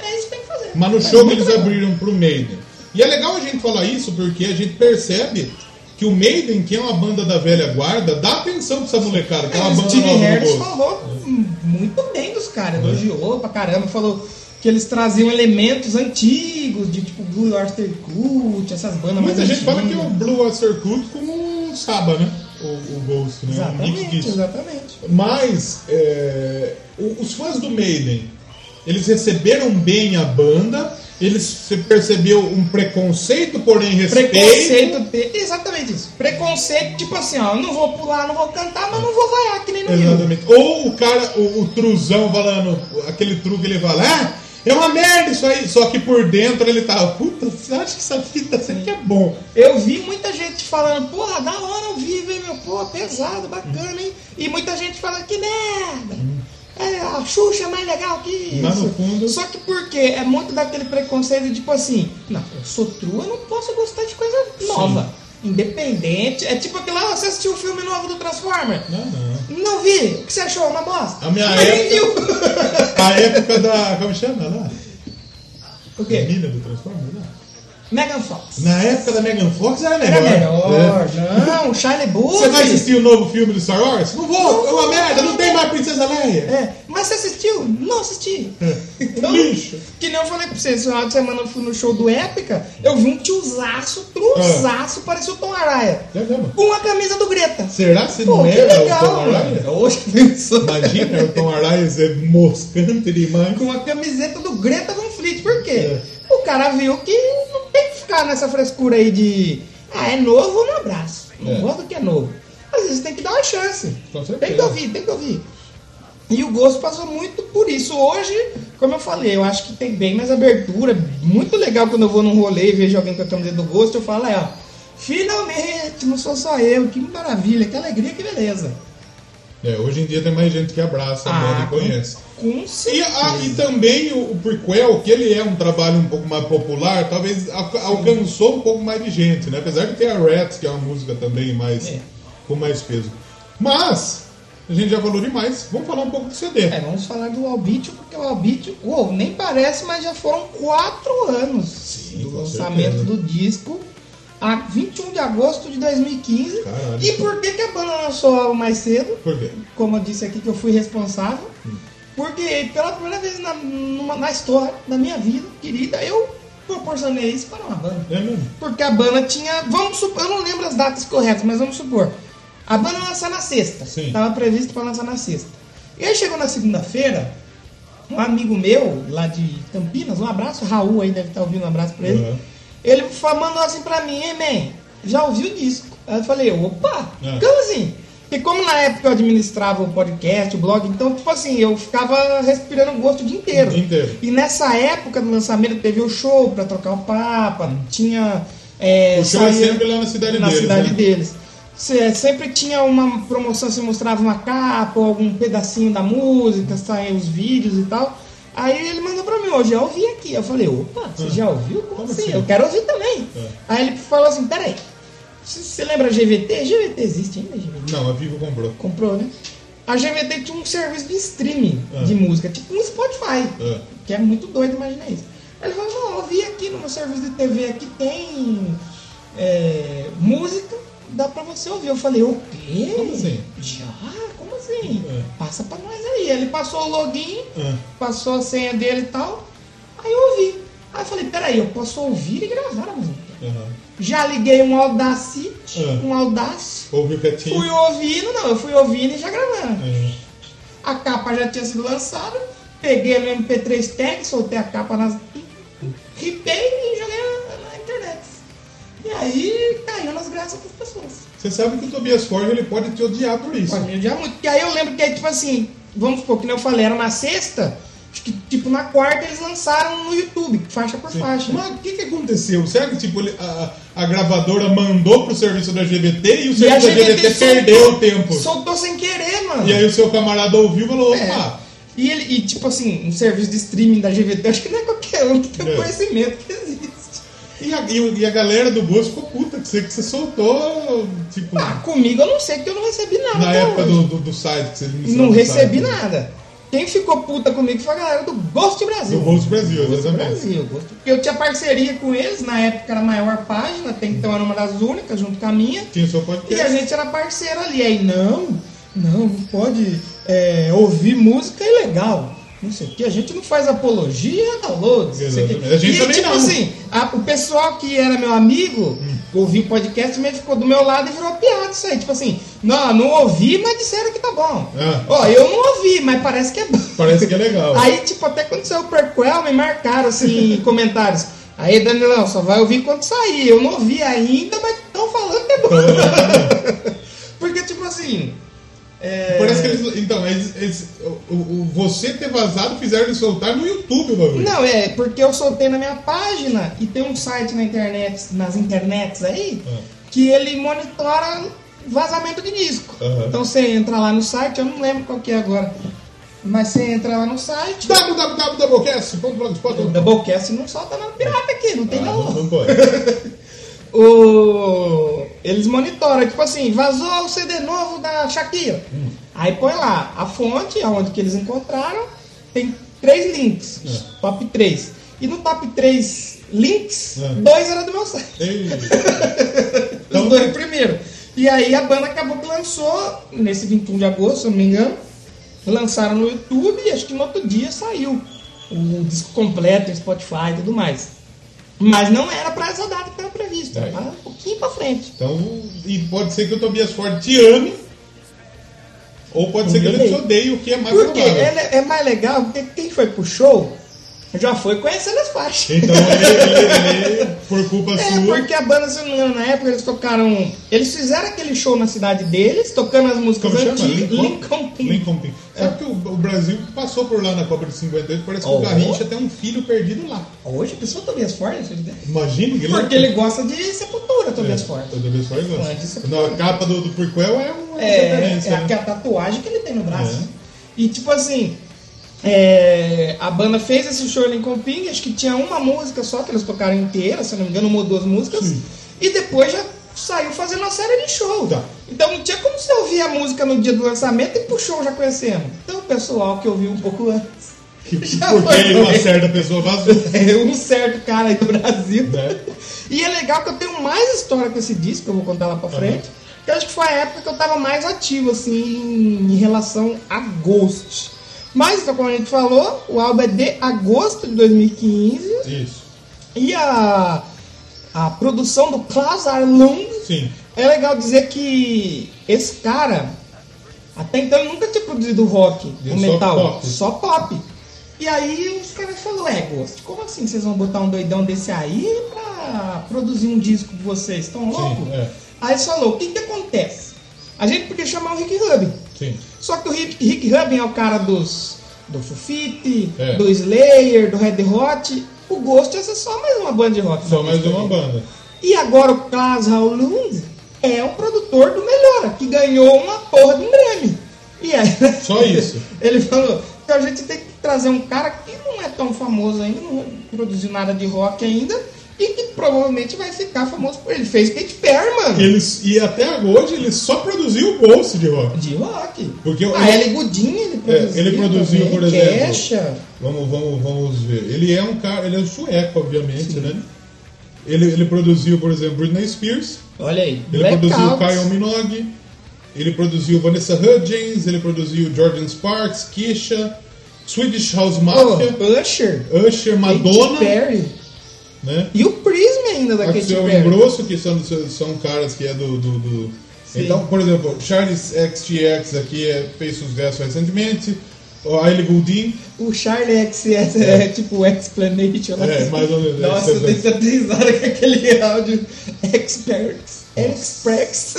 A: é isso que tem que fazer.
B: Mas no
A: É
B: show que
A: muito
B: eles
A: legal.
B: abriram pro Maiden. E é legal a gente falar isso porque a gente percebe que o Maiden, que é uma banda da velha guarda, dá atenção pra essa molecada, que é uma
A: Mas o
B: banda
A: Steve
B: nova no
A: Harris
B: Ghost.
A: falou muito bem dos caras,
B: É.
A: elogiou pra caramba, falou que eles traziam elementos antigos, de tipo Blue Oyster Cult, essas bandas
B: Muita
A: mais
B: gente fala que é o
A: antigas.
B: Blue Oyster Cult com o Saba, né? O, o Ghost, né? o Nick
A: Exatamente,
B: Kiss.
A: exatamente.
B: Mas é, o- os fãs do Maiden, eles receberam bem a banda, eles se percebeu um preconceito, porém respeito.
A: Preconceito, ter- exatamente isso. Preconceito, tipo assim, ó, eu não vou pular, não vou cantar, mas não vou vaiar que nem no Rio.
B: Exatamente. Ou o cara, o, o truzão falando, aquele truque ele fala, ah, é uma merda isso aí. Só que por dentro ele tava, puta, você acha que essa fita isso aqui é bom?
A: Eu vi muita gente falando, porra, da hora eu vivo, hein, meu, pô, pesado, bacana, hein? E muita gente falando, que merda! É, a Xuxa é mais legal que isso.
B: Mas no fundo-
A: Só que por quê? É muito daquele preconceito, tipo assim, não, eu sou true, eu não posso gostar de coisa nova. Independente. É tipo aquela, ah, você assistiu o filme novo do Transformer?
B: Não, não.
A: Não vi! O que você achou? Uma bosta?
B: A minha
A: Mas nem
B: época-
A: viu. [LAUGHS]
B: [LAUGHS] A época da. Como chama lá?
A: O quê?
B: Mina do Transformers lá?
A: Megan Fox.
B: Na época da Megan Fox era melhor.
A: Era melhor. né?
B: É.
A: Não, Charlie Bush.
B: Você vai assistir o novo filme do Star Wars? Não vou, é uma merda, não tem mais Princesa Leia.
A: É, mas você assistiu? Não assisti.
B: É.
A: Então,
B: Lixo.
A: Que nem eu falei pra você, esse final de semana eu fui no show do Épica, eu vi um tiozaço, truzaço, parecia o Tom Araya.
B: Já lembra?
A: Com a camisa do Greta.
B: Será que É. você
A: Pô,
B: não
A: que
B: era o
A: legal,
B: Tom Araya?
A: mano. Hoje [LAUGHS] pensou.
B: Imagina, o Tom Araya é moscante demais.
A: Com a camiseta do Greta Van Fleet, por quê?
B: É.
A: O cara viu que não tem que ficar nessa frescura aí de ah, é novo, um abraço. Não
B: É.
A: gosto que é novo. Às vezes tem que dar uma chance.
B: Com
A: Tem que
B: certeza.
A: ouvir, tem que ouvir. E o gosto passou muito por isso. Hoje, como eu falei, eu acho que tem bem mais abertura. Muito legal quando eu vou num rolê e vejo alguém com a camiseta do gosto, eu falo, é, ó, finalmente, não sou só eu, que maravilha, que alegria, que beleza.
B: É, hoje em dia tem mais gente que abraça a banda e
A: Ah, com-
B: conhece.
A: Com
B: E,
A: certeza.
B: a- e também o, o prequel, que ele é um trabalho um pouco mais popular, talvez a- alcançou um pouco mais de gente, né? Apesar de ter a Rats, que é uma música também mais,
A: É.
B: com mais peso. Mas, a gente já falou demais, vamos falar um pouco do CD.
A: É, vamos falar do Albítio, porque o Albítio, uou, nem parece, mas já foram quatro anos do
B: com
A: lançamento
B: certeza.
A: do disco, a 21 de agosto de 2015.
B: Caralho.
A: E por que, que a banda lançou o álbum mais cedo?
B: Por quê?
A: Como eu disse aqui, que eu fui responsável.
B: Hum.
A: Porque pela primeira vez na, numa- na história da minha vida, querida, eu proporcionei isso para uma banda.
B: É mesmo?
A: Porque a banda tinha. Vamos supor, eu não lembro as datas corretas, mas vamos supor. A banda lançar na sexta.
B: Sim.
A: Tava previsto para lançar na sexta. E aí chegou na segunda-feira, um amigo meu, lá de Campinas, um abraço, Raul aí deve estar ouvindo, um abraço pra ele.
B: Uhum.
A: Ele fa- mandou assim pra mim, hein, man, já ouviu o disco? Aí eu falei, opa,
B: É.
A: como assim? Porque como na época eu administrava o podcast, o blog, então, tipo assim, eu ficava respirando gosto o dia inteiro.
B: O dia inteiro.
A: E nessa época do lançamento teve o show pra trocar o papa, tinha. é,
B: Hum. O show é
A: saía
B: sempre lá na cidade
A: na
B: deles,
A: cidade
B: né?
A: deles. Cê- sempre tinha uma promoção, se mostrava uma capa ou algum pedacinho da música, saíam os vídeos e tal. Aí ele mandou pra mim, eu já ouvi aqui. Eu falei, opa, você já ouviu? Como,
B: Ah. Como
A: assim?
B: assim?
A: Eu quero ouvir também.
B: É.
A: Aí ele falou assim, peraí, você lembra GVT? GVT existe ainda, GVT?
B: Não, a Vivo comprou.
A: comprou, né? A GVT tinha um serviço de streaming
B: Ah.
A: de música, tipo um Spotify,
B: Ah.
A: que é muito doido, imagina isso. Ele falou, não, eu vi aqui no meu serviço de TV aqui tem é, música, dá pra você ouvir. Eu falei, o quê?
B: Como assim?
A: Já? Como assim?
B: É.
A: Passa pra nós aí. Ele passou o login,
B: Ah.
A: passou a senha dele e tal, aí eu ouvi. Aí eu falei, peraí, eu posso ouvir e gravar a música.
B: Aham.
A: Já liguei um Audacity,
B: Ah.
A: um Audacity,
B: Ouviu quietinho.
A: Fui ouvindo, não, eu fui ouvindo e já gravando.
B: É.
A: A capa já tinha sido lançada, peguei no MP3 tag, soltei a capa nas. ripei e joguei na, na internet. E aí Aí caiu nas graças das pessoas.
B: Você sabe que o Tobias Forge ele pode te odiar por isso.
A: Pode me odiar muito. Porque aí eu lembro que, aí, tipo assim, vamos supor, que nem eu falei, era na sexta, acho que tipo na quarta eles lançaram no YouTube, faixa por faixa.
B: Mas o que, que aconteceu? Será que tipo, ele- a, a gravadora mandou pro serviço da GBT e o
A: E a
B: serviço da GBT perdeu o tempo?
A: Soltou sem querer, mano.
B: E aí o seu camarada ouviu e falou,
A: É.
B: opa,
A: E, ele, e, tipo assim, um serviço de streaming da GVT, acho que não é qualquer um que tem
B: É.
A: o conhecimento que existe.
B: e, a, e o- e a galera do Boas ficou puta, que você, que você soltou, tipo,
A: Ah, comigo eu não sei que eu não recebi nada.
B: na
A: até
B: época
A: hoje.
B: do, do, do site que você administrava
A: Não
B: o
A: recebi
B: site, né?
A: nada. Quem ficou puta comigo foi a galera do Ghost Brasil.
B: Do Ghost Brasil,
A: Ghost
B: exatamente.
A: Brasil. Ghost- Porque eu tinha parceria com eles, na época era a maior página, até então era uma das únicas, junto com a minha.
B: Tinha o seu
A: E a
B: podcast.
A: gente era parceiro ali. Aí, não, não, não pode é, ouvir música é ilegal. Não sei o que, a gente não faz apologia a downloads. não sei o quê.
B: Exatamente. A gente
A: e,
B: também
A: tipo
B: não. Hum.
A: assim, a- o pessoal que era meu amigo, ouvi o podcast, mas ficou do meu lado e virou piada isso aí. Tipo assim, não, não ouvi, mas disseram que tá bom.
B: Ah.
A: Ó, eu não ouvi, mas parece que é
B: [LAUGHS]
A: bom.
B: Parece que é legal.
A: Aí, tipo, até quando saiu o Perquel, me marcaram assim em [LAUGHS] comentários. Aí, Danilão, só vai ouvir quando sair. Eu não ouvi ainda, mas estão falando que é bom. [LAUGHS] Porque, tipo assim. é,
B: Parece que eles. Então, eles, eles- o, o- você ter vazado fizeram eles soltar no YouTube o bagulho.
A: Não, é, porque eu soltei na minha página e tem um site na internet, nas internets aí,
B: Ah.
A: que ele monitora vazamento de disco.
B: Aham.
A: Então você entra lá no site, eu não lembro qual que é agora. Mas você entra lá no site. O
B: www.doublecast.blogspot.com
A: Doublecast não solta nada pirata aqui, não tem
B: Ah,
A: download.
B: não, não pode.
A: o... eles monitoram, tipo assim, vazou o CD novo da Shakira. Aí põe lá a fonte, aonde que eles encontraram, tem três links, top 3. E no top 3 links,
B: É.
A: dois eram do meu site.
B: Ei,
A: Os dois primeiro. E aí a banda acabou que lançou, nesse 21 de agosto, se eu não me engano, lançaram no YouTube e acho que no outro dia saiu o disco completo, o Spotify e tudo mais. Mas não era pra essa data que estava prevista,
B: Aí.
A: era um pouquinho pra frente.
B: então, e pode ser que o Tobias Ford te ame, ou pode ser que ele te odeie, o que é mais
A: Porque
B: provável.
A: é, é mais legal, porque quem foi pro show já foi conhecendo as faixas.
B: Então, ele, ele- ele, por culpa
A: [LAUGHS] É,
B: sua,
A: porque a banda, se eu não me engano, na época eles tocaram. Eles fizeram aquele show na cidade deles, tocando as músicas
B: como chama?
A: antigas.
B: Lincoln?
A: Lincoln É. Pin-
B: Lincoln Pin. Sabe que o, o Brasil passou por lá na Copa de 58, parece que o
A: Oh.
B: Garrincha tem um filho perdido lá.
A: Hoje a pessoa também é forte, né?
B: Imagina que
A: Porque ele gosta de sepultura, Tobias Forte.
B: É, o Tobias Ford gosta.
A: Antes você-
B: Não, a capa do, do Prequel é uma
A: É,
B: referência,
A: é
B: né?
A: aquela tatuagem que ele tem no braço.
B: É.
A: E tipo assim, é, a banda fez esse show em Comping, acho que tinha uma música só que eles tocaram inteira, se eu não me engano, uma ou duas músicas.
B: Sim.
A: E depois já saiu fazendo uma série de show.
B: Tá.
A: Então não tinha como você ouvir a música no dia do lançamento e pro show já conhecendo. Então o pessoal que ouviu um pouco antes.
B: Que-
A: Já
B: Porque
A: foi.
B: uma certa pessoa vazou.
A: É um certo cara aí do Brasil.
B: Né?
A: E é legal que eu tenho mais história com esse disco, que eu vou contar lá pra frente. Que eu acho que foi a época que eu tava mais ativo, assim, em- em relação a Ghost. Mas, então, como a gente falou, o álbum é de agosto de 2015.
B: Isso.
A: E a, a produção do Klaus Arlung.
B: Sim.
A: É legal dizer que esse cara, até então, ele nunca tinha produzido rock,
B: Ele
A: ou
B: só
A: metal,
B: pop.
A: só pop. E aí os caras falaram, é, Ghost, como assim vocês vão botar um doidão desse aí pra produzir um disco de vocês? Tão louco?
B: é.
A: Aí eles falaram, o que que acontece? A gente podia chamar o Rick Rubin.
B: Sim.
A: Só que o Rick, Rick Rubin é o cara dos do Fufite,
B: É.
A: do Slayer, do Red Hot. O Ghost ia ser só mais uma banda de rock. né?
B: Só
A: na
B: mais
A: pista
B: uma
A: dele.
B: banda.
A: E agora o Klaas Raulund é o produtor do Melhora, que ganhou uma porra de um Grammy. E aí,
B: Só isso.
A: [LAUGHS] ele falou: então a gente tem que trazer um cara que não é tão famoso ainda, não produziu nada de rock ainda, e que provavelmente vai ficar famoso por ele. Fez Kate Perry, mano.
B: Eles, e até hoje ele só produziu bolso de rock.
A: De rock.
B: Porque eu- É,
A: a Ellie Goodin ele produziu.
B: ele produziu,
A: também,
B: por exemplo.
A: Kesha.
B: Vamos, vamos, vamos ver. Ele é um cara, ele é um sueco, obviamente, né? Ele, ele produziu, por exemplo, Britney Spears,
A: Olha aí.
B: ele produziu Kyle Minogue, ele produziu Vanessa Hudgens, ele produziu Jordan Sparks, Keisha, Swedish House Mafia,
A: oh, Usher.
B: Usher, Madonna,
A: Katy Perry.
B: né?
A: E o Prism ainda da Katy
B: Axel
A: Perry.
B: Engrosso, que são, são caras que é do. do- do-
A: Sim.
B: Então, por exemplo, Charles XTX aqui é, fez sucesso recentemente. O Aile Goulding,
A: O Charlie XS é, tipo Explanation. né?
B: É, mais ou menos, é,
A: Nossa, eu
B: você
A: dei
B: vê.
A: tanta risada com aquele áudio. Experts.
B: [LAUGHS]
A: Express.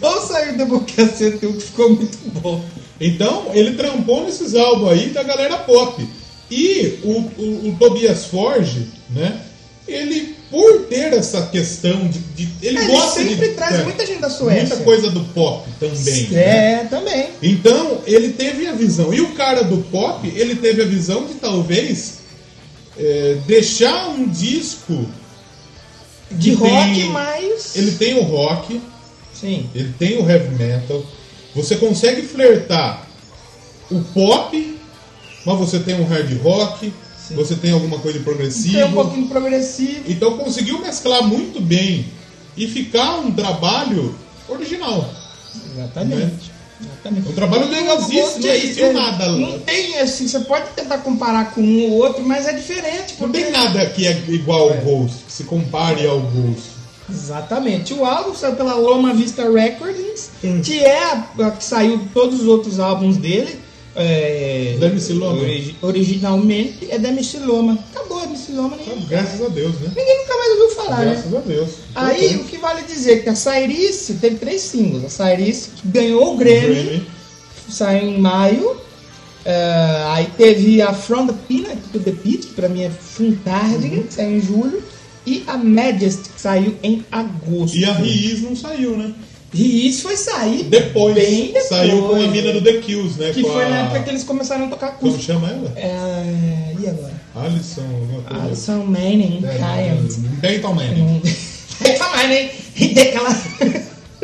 A: Vamos sair do Boquete 101 que ficou muito bom.
B: Então, ele trampou nesses álbuns aí da galera pop. E o, o- o Tobias Forge, né? Ele, por ter essa questão de. de- ele,
A: Ele
B: gosta
A: sempre
B: de,
A: traz
B: é,
A: muita gente da Suécia.
B: Muita coisa do pop também. né?
A: É, também.
B: Então, ele teve a visão. E o cara do pop, ele teve a visão de talvez é, deixar um disco.
A: De
B: que
A: rock,
B: tem-
A: mas.
B: Ele tem o rock,
A: Sim.
B: ele tem o heavy metal. Você consegue flertar o pop, mas você tem um hard rock,
A: Sim.
B: você tem alguma coisa de progressivo.
A: Tem um pouquinho de progressivo.
B: Então conseguiu mesclar muito bem e ficar um trabalho original.
A: Exatamente. Exatamente.
B: Um trabalho legalzíssimo, não existiu nada.
A: É, Não tem assim, você pode tentar comparar com um ou outro, mas é diferente.
B: Não
A: Porque...
B: tem nada que é igual ao Ghost, que se compare ao Ghost.
A: Exatamente. O álbum saiu pela Loma Vista Recordings, que é a, a que saiu todos os outros álbuns dele. É,
B: Da MC Loma.
A: origi- originalmente é da MC Loma. Acabou a MC Loma,
B: Então,
A: ninguém,
B: graças a Deus, né?
A: ninguém nunca mais ouviu falar, né?
B: Graças a Deus. Então,
A: Aí o que vale dizer que a Sairice teve três singles. A Sairice ganhou o Grammy, saiu em maio. É, aí teve a From the Peanut to the Beat, que pra mim é Funtardigan, que saiu em julho. E a Majesty, que saiu em agosto.
B: E a Riz não saiu, né?
A: E isso foi sair
B: Depois,
A: bem depois.
B: saiu com a mina do The Kills, né?
A: Que
B: com
A: foi
B: a...
A: na época que eles começaram a tocar
B: Como
A: acústico.
B: chama ela?
A: É, e agora?
B: Alisson, alguma coisa.
A: Alison Manning,
B: É,
A: Giant.
B: Dental Manning.
A: Não- [LAUGHS] Vai falar, né? E tem aquela- [LAUGHS]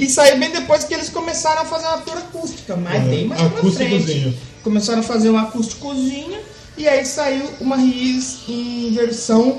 A: E saiu bem depois que eles começaram a fazer uma tour acústica, mas
B: É,
A: bem mais pra frente.
B: acústicozinho.
A: Começaram a fazer um acústicozinho e aí saiu uma Riz em versão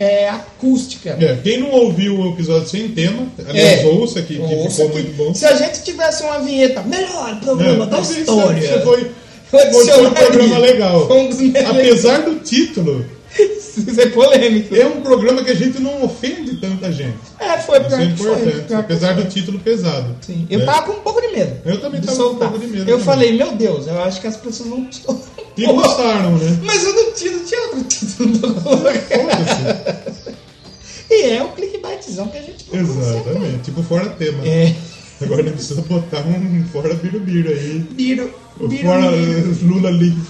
A: é, acústica.
B: É, quem não ouviu o episódio sem tema, aliás,
A: É.
B: ouça aqui, que
A: Ouça
B: ficou
A: que-
B: muito bom.
A: Se a gente tivesse uma vinheta, melhor programa
B: É,
A: da
B: talvez isso-
A: história.
B: isso foi-
A: Eu
B: foi
A: adicionaria.
B: um programa legal.
A: Foi um dos melhores.
B: Apesar do título,
A: Isso é polêmico.
B: é um programa que a gente não ofende tanta gente.
A: É, foi
B: Isso
A: pior
B: é
A: que foi.
B: importante,
A: pior que
B: apesar do título pesado.
A: Sim, eu
B: É.
A: tava com um pouco de medo.
B: Eu também
A: de
B: tava com um
A: soltar.
B: pouco de medo
A: Eu
B: também.
A: falei, meu Deus, eu acho que as pessoas não estão.
B: E gostaram, né?
A: Mas eu não tinha, não tinha outro título pra colocar.
B: Foda-se.
A: E é o clickbaitzão que a gente não consegue.
B: Exatamente, tipo fora tema.
A: É.
B: Agora ele precisa botar um fora birubiru aí.
A: Biro,
B: O
A: biro,
B: fora
A: biro.
B: Lula livre.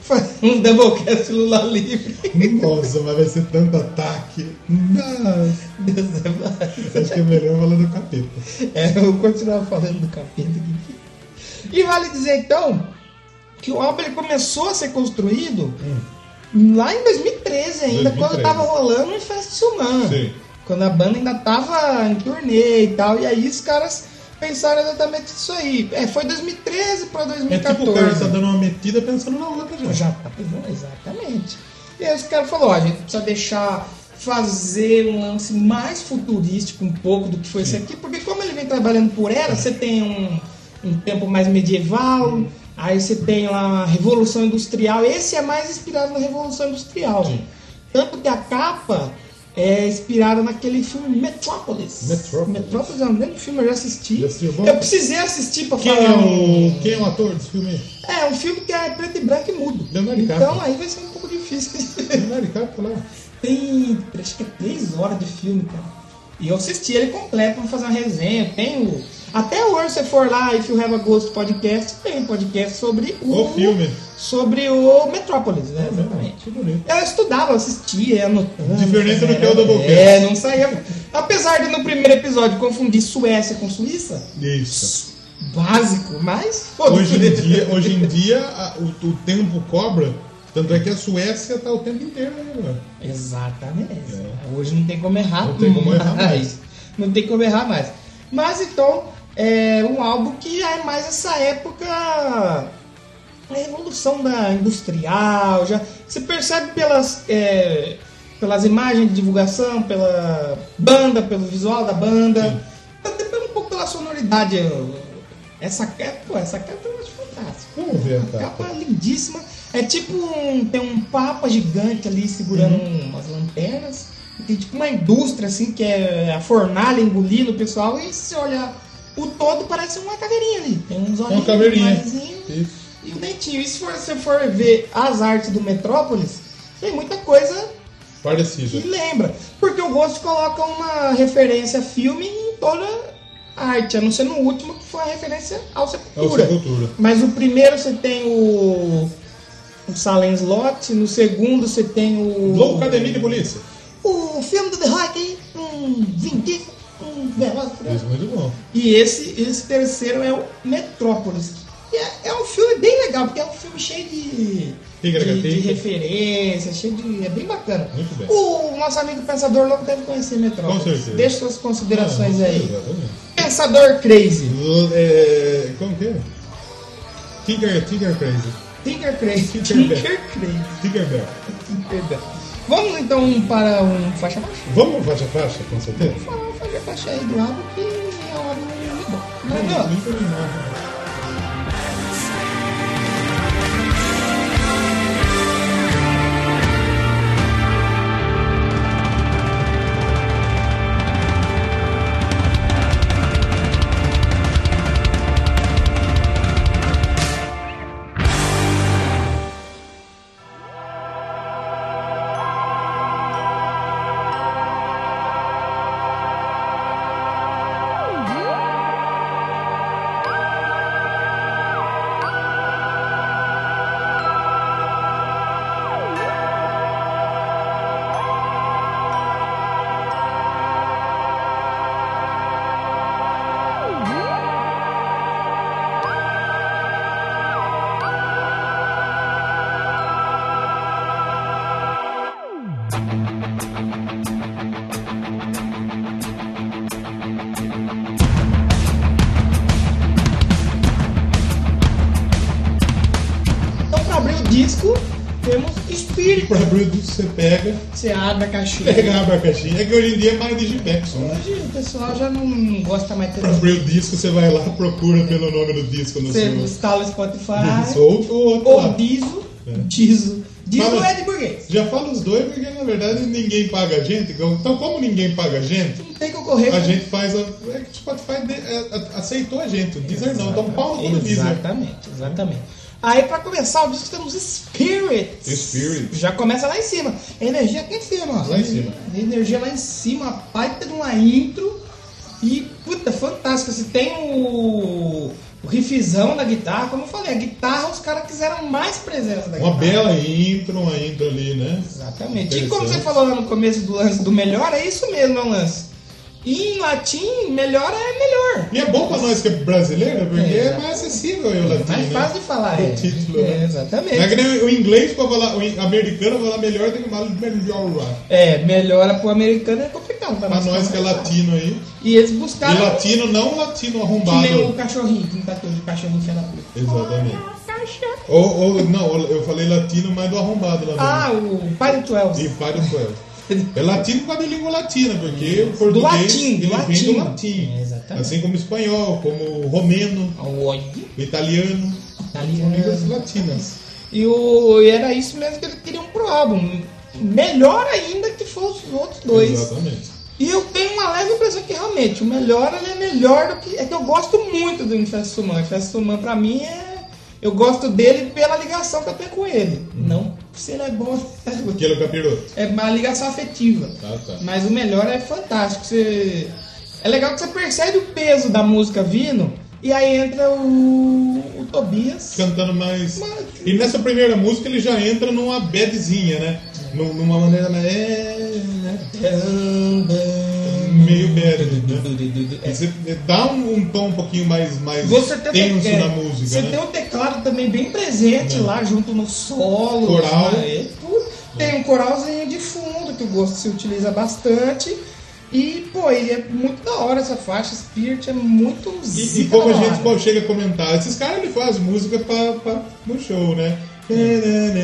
A: Faz Um doublecast Lula livre.
B: Nossa, mas vai ser tanto ataque. Nossa.
A: Deus é mais.
B: Acho que é melhor falar do capeta.
A: É, eu vou continuar falando do capeta aqui. E vale dizer então que o álbum ele começou a ser construído lá em 2013 ainda, quando
B: 2013.
A: tava rolando em Festa Sumana.
B: Sim.
A: Quando a banda ainda tava em turnê e tal, e aí os caras pensaram exatamente isso aí. É, foi 2013 pra
B: É
A: 2014.
B: tipo o cara tá dando uma metida pensando na outra já.
A: Já tá pegando, exatamente. E aí os caras falaram, ó, a gente precisa deixar fazer um lance mais futurístico um pouco do que foi esse aqui, porque como ele vem trabalhando por ela, você tem um, um tempo mais medieval, aí você tem lá a Revolução Industrial, esse é mais inspirado na Revolução Industrial. Tanto que a capa é inspirada naquele filme Metrópolis.
B: Metrópolis.
A: é um grande filme, eu já assisti.
B: Já assistiu, bom?
A: eu precisei assistir pra
B: Quem
A: falar. um
B: é o, quem é o ator desse filme?
A: É, um filme que é preto e branco e mudo.
B: Leonardo
A: Então
B: DiCaprio.
A: aí vai ser um pouco difícil. [LAUGHS]
B: Leonardo DiCaprio lá.
A: Tem, acho que é três horas de filme, cara. E eu assisti ele completo pra fazer uma resenha. Tem o. Até hoje, se você for lá e Phil Have a Ghost Podcast, tem um podcast sobre o.
B: O filme. É
A: Sobre o Metrópolis, né? Exatamente.
B: Que bonito.
A: Eu estudava, eu assistia, ia anotando.
B: Diferente do que é o Doublecast.
A: É, não saía. Apesar de no primeiro episódio confundir Suécia com Suíça,
B: Isso.
A: básico, mas
B: Hoje em dia, hoje em dia a- o, o tempo cobra. Tanto é que a Suécia tá o tempo inteiro aí, mano.
A: Exatamente. Hoje não tem como errar
B: Não tem como errar mais.
A: Não tem como errar mais. Mas então, é um álbum que já é mais essa época. A revolução da industrial. Já, você percebe pelas, é, pelas imagens de divulgação, pela banda, pelo visual da banda. Até pelo- um pouco pela sonoridade. eu- Essa capa, pô, essa capa eu acho fantástica.
B: Vamos ver tá. a
A: Capa
B: capa.
A: É lindíssima. É tipo um. Tem um papa gigante ali segurando um, umas lanternas. E tem tipo uma indústria assim que é a fornalha engolindo o pessoal. E se você olhar O todo parece uma caveirinha ali. Tem uns olhinhos,
B: caveirinha.
A: manezinhos
B: Isso.
A: e o dentinho. E se for- você for ver as artes do Metrópolis, tem muita coisa que
B: Parecido.
A: lembra. Porque o Ghost coloca uma referência a filme em toda a arte, a não ser no último, que foi a referência ao Sepultura.
B: Ao É Sepultura.
A: Mas no primeiro você tem o. O Salem's Lot, no segundo você tem o.
B: Low Academia de Polícia.
A: O filme do The Rock aí, um Vin Diesel, um Veloz.
B: É Isso, muito bom.
A: E esse, esse terceiro é o Metrópolis. E é, é um filme bem legal, porque é um filme cheio de,
B: Tigra,
A: de, de
B: tigra.
A: referências, cheio de. É bem bacana.
B: Muito bem.
A: O nosso amigo Pensador Louco deve conhecer Metrópolis.
B: Com certeza.
A: Deixa suas considerações
B: Ah,
A: aí.
B: Exatamente.
A: Pensador Crazy.
B: L- é, como que é? Tiger, Tiger Crazy.
A: Tinker Crazy.
B: Tinker
A: Tinker Crazy.
B: Tiger Bell.
A: Tinker Bell. Vamos então para um faixa baixa?
B: Vamos faixa a faixa, com certeza?
A: Falar um faixa baixa aí do álbum, que é um álbum muito bom. Mas, ó,
B: Nunca me mata.
A: Então, para abrir o disco, temos Espírito.
B: Pra abrir o disco, você pega,
A: Você abre a caixinha.
B: pega abre a caixinha. É que hoje em dia é mais de Jackson, né?
A: Hoje o pessoal já não gosta mais
B: Pra
A: tanto.
B: abrir o disco, você vai lá, procura pelo nome do disco no
A: Você
B: seu.
A: instala o
B: Isso,
A: Spotify.
B: Ou ou outro
A: Ou
B: lá.
A: Dizo.
B: É.
A: Dizo. Dizo
B: Fala.
A: é de burguês.
B: Já fala os dois, porque na verdade ninguém paga a gente. Então, como ninguém paga a gente,
A: Não tem que ocorrer.
B: a gente faz a. É que o Spotify de- é, a- aceitou a gente. O Deezer não, dá um pau no cu do Deezer.
A: Exatamente, exatamente. Aí pra começar o disco temos Spirit.
B: Spirit.
A: Já começa lá em cima. A energia aqui em cima, ó.
B: Lá em cima.
A: A energia lá em cima, a baita de uma intro. E, puta, fantástico. Você tem o, o riffzão da guitarra. Como eu falei, a guitarra os caras quiseram mais presença da guitarra.
B: Uma bela intro, uma intro ali, né?
A: Exatamente. E como
B: Interessante.
A: você falou lá no começo do lance do melhor, é isso mesmo, é um lance. E em latim, melhor é melhor.
B: E é bom pra nós que é brasileiro, porque
A: É,
B: é,
A: exato.
B: mais acessível eu latim.
A: É Mais
B: né?
A: fácil de falar, é.
B: O título,
A: É,
B: né?
A: exatamente.
B: Não é que nem o inglês pra falar, o americano pra falar melhor tem que falar melhor. né?
A: É, melhora pro americano é complicado. Pra,
B: Pra nós que é latino aí.
A: E eles
B: E
A: buscaram
B: latino não latino
A: que nem o
B: arrombado.
A: cachorrinho, que não tá todo cachorrinho filha da puta.
B: Exatamente. Ou, ou- não, eu falei latino, mas do arrombado lá mesmo.
A: Ah, o pai do
B: É. E
A: 12.
B: para o Coelho. É latino por causa da língua latina, porque o português
A: latim,
B: ele
A: do
B: vem
A: latim.
B: do latim.
A: É, exatamente.
B: assim como o espanhol, como o romeno,
A: Ah, O Oi,
B: o italiano.
A: É.
B: São línguas
A: italiano.
B: latinas.
A: né? E, o, e era isso mesmo que eles queriam pro álbum. Melhor ainda que fossem os outros dois.
B: Exatamente.
A: E eu tenho uma leve impressão que realmente o melhor ele é melhor do que. É que eu gosto muito do Infesto Human. Infesto Human pra mim é. Eu gosto dele pela ligação que eu tenho com ele.
B: Uhum.
A: Não se ele é bom.
B: Aquele é o capiroto.
A: É uma ligação afetiva.
B: Tá, tá.
A: Mas o melhor é fantástico. Você... É legal que você percebe o peso da música vindo. E aí entra o, o Tobias.
B: Cantando mais.
A: Mas-
B: E nessa primeira música ele já entra numa bedzinha, né? Num- Numa maneira mais. é, né? Meio bad,
A: É.
B: né? E você dá um, um tom um pouquinho mais, mais
A: Você tem,
B: tenso
A: é,
B: na música.
A: Você
B: né? É.
A: tem o teclado também bem presente lá, junto no solo.
B: Coral.
A: Tem um coralzinho de fundo que o gosto se utiliza bastante. E, pô, e é muito da hora essa faixa. Spirit é muito
B: E, e
A: zica
B: como a
A: da
B: gente
A: hora.
B: pô, chega a comentar, esses caras ele faz música pra, pra, no show, né?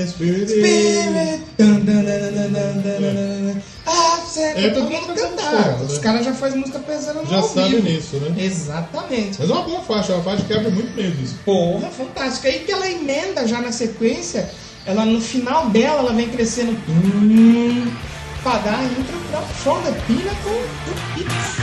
B: Spirit.
A: Spirit, dan, dan, dan, dan, dan, dan, dan, dan. Ah, certo,
B: É,
A: todo
B: todo
A: mundo
B: mundo fazendo
A: cantar.
B: foto, né?
A: Os caras já fazem música pensando no
B: Já
A: ao
B: sabe
A: vivo.
B: nisso, né?
A: Exatamente.
B: Mas é uma boa faixa, uma faixa que abre muito bem o disco.
A: Porra, fantástica. E que ela emenda já na sequência, ela no final dela, ela vem crescendo hum, pra dar a intro pra From the Pinnacle to Pits.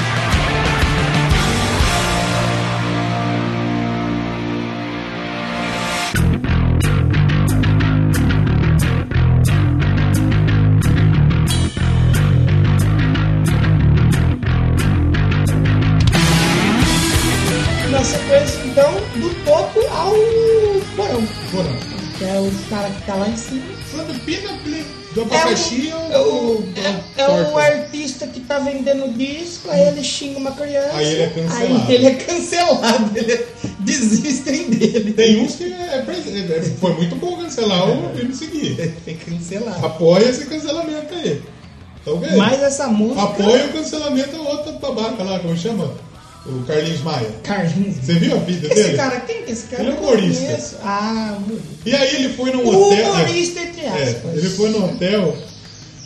A: então, é o cara que tá lá em cima.
B: Falando pina, do
A: É
B: abacaxi
A: o,
B: ou
A: é o,
B: do-
A: é,
B: da
A: é o
B: torta?
A: artista que tá vendendo disco, aí ele xinga uma criança.
B: Aí ele é cancelado.
A: Aí ele é cancelado, ele é- desistem dele.
B: Tem uns que é, é- é- foi muito bom cancelar o MC Gui.
A: Ele é cancelado.
B: Apoia esse cancelamento aí. Talvez.
A: Mas essa música.
B: Apoia o cancelamento ao outro babaca lá, como chama? O Carlinhos Maia.
A: Carlinhos.
B: Você viu a vida
A: Esse
B: dele?
A: cara, quem que é esse cara?
B: Ele é
A: Eu não
B: humorista.
A: conheço. Ah, humorista.
B: E aí ele foi num hotel. né?
A: humorista entre aspas.
B: É, ele foi no hotel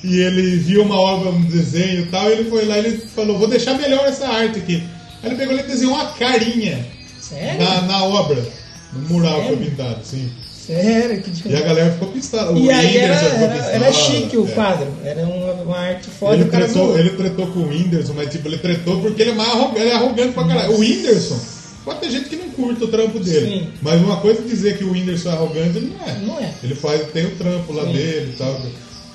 B: e ele viu uma obra, um desenho e tal, ele foi lá e ele falou, vou deixar melhor essa arte aqui. Aí ele pegou e ele desenhou uma carinha
A: Sério?
B: na, na obra, no mural que foi
A: Sério?
B: pintado, sim.
A: Sério, que
B: E a
A: diferença.
B: galera ficou pistada. o
A: E aí era,
B: Whindersson ficou
A: era,
B: pistola,
A: era chique o
B: é.
A: quadro. Era uma, uma arte foda.
B: Ele
A: o cara
B: tretou,
A: zoou.
B: ele tretou com o Whindersson, mas tipo, ele tretou porque ele é, mais arrogante, ele é arrogante pra caralho. O Whindersson, pode ter gente que não curta o trampo dele.
A: Sim.
B: Mas uma coisa é dizer que o Whindersson é arrogante, ele não é.
A: Não é.
B: Ele faz, tem o trampo lá dele e tal.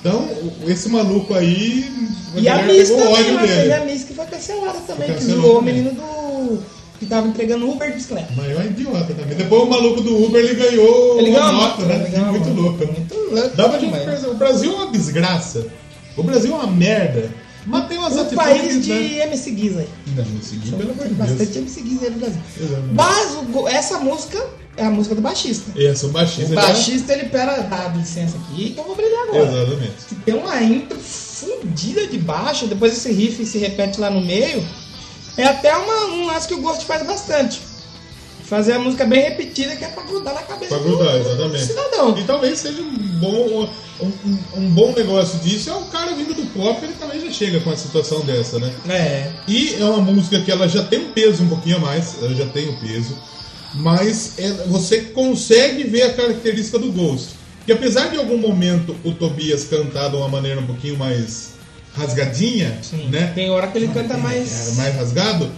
B: Então, o- esse maluco aí.
A: E a
B: galera
A: Miss
B: pegou
A: também,
B: ódio
A: mas teve a
B: dele.
A: Miss que foi cancelada também,
B: Foi
A: que
B: cancelada
A: zoou o
B: também.
A: menino do. que tava entregando Uber de bicicleta.
B: Maior é um idiota também. Depois o maluco do Uber ele ganhou
A: Ele
B: uma
A: ganhou uma
B: nota,
A: moto, ele
B: né?
A: ganhou uma
B: Muito
A: moto.
B: louco.
A: Muito louco,
B: Dá pra gente
A: demais.
B: perceber. O Brasil é uma desgraça. O Brasil é uma merda. Mas tem umas
A: Um
B: atitudes.
A: país
B: né?
A: de MC Guiz aí.
C: Não, me segui, pelo amor de Deus.
A: Bastante MC Guiz aí no Brasil.
B: Exatamente.
A: Mas o go- essa música é a música do baixista.
B: Isso, o um baixista. né?
A: O
B: ele
A: Um baixista, ele pera, dá licença aqui que eu vou brilhar
B: é-
A: agora.
B: Exatamente.
A: que tem uma intro fundida de baixo, depois esse riff se repete lá no meio. É até uma, um lance que o Ghost faz bastante. Fazer a música bem repetida que é pra grudar na cabeça
B: Pra grudar,
A: do, do
B: exatamente.
A: cidadão.
B: E talvez seja um bom, um, um- um bom negócio disso. É o cara vindo do pop, ele também já chega com a situação dessa, né?
A: É.
B: E é uma música que ela já tem um peso um pouquinho a mais, ela já tem um peso, mas é- você consegue ver a característica do Ghost. E apesar de em algum momento o Tobias cantar de uma maneira um pouquinho mais rasgadinha,
A: Sim.
B: né? é,
A: Tem hora que ele canta
B: Era
A: mais,
B: mais rasgado,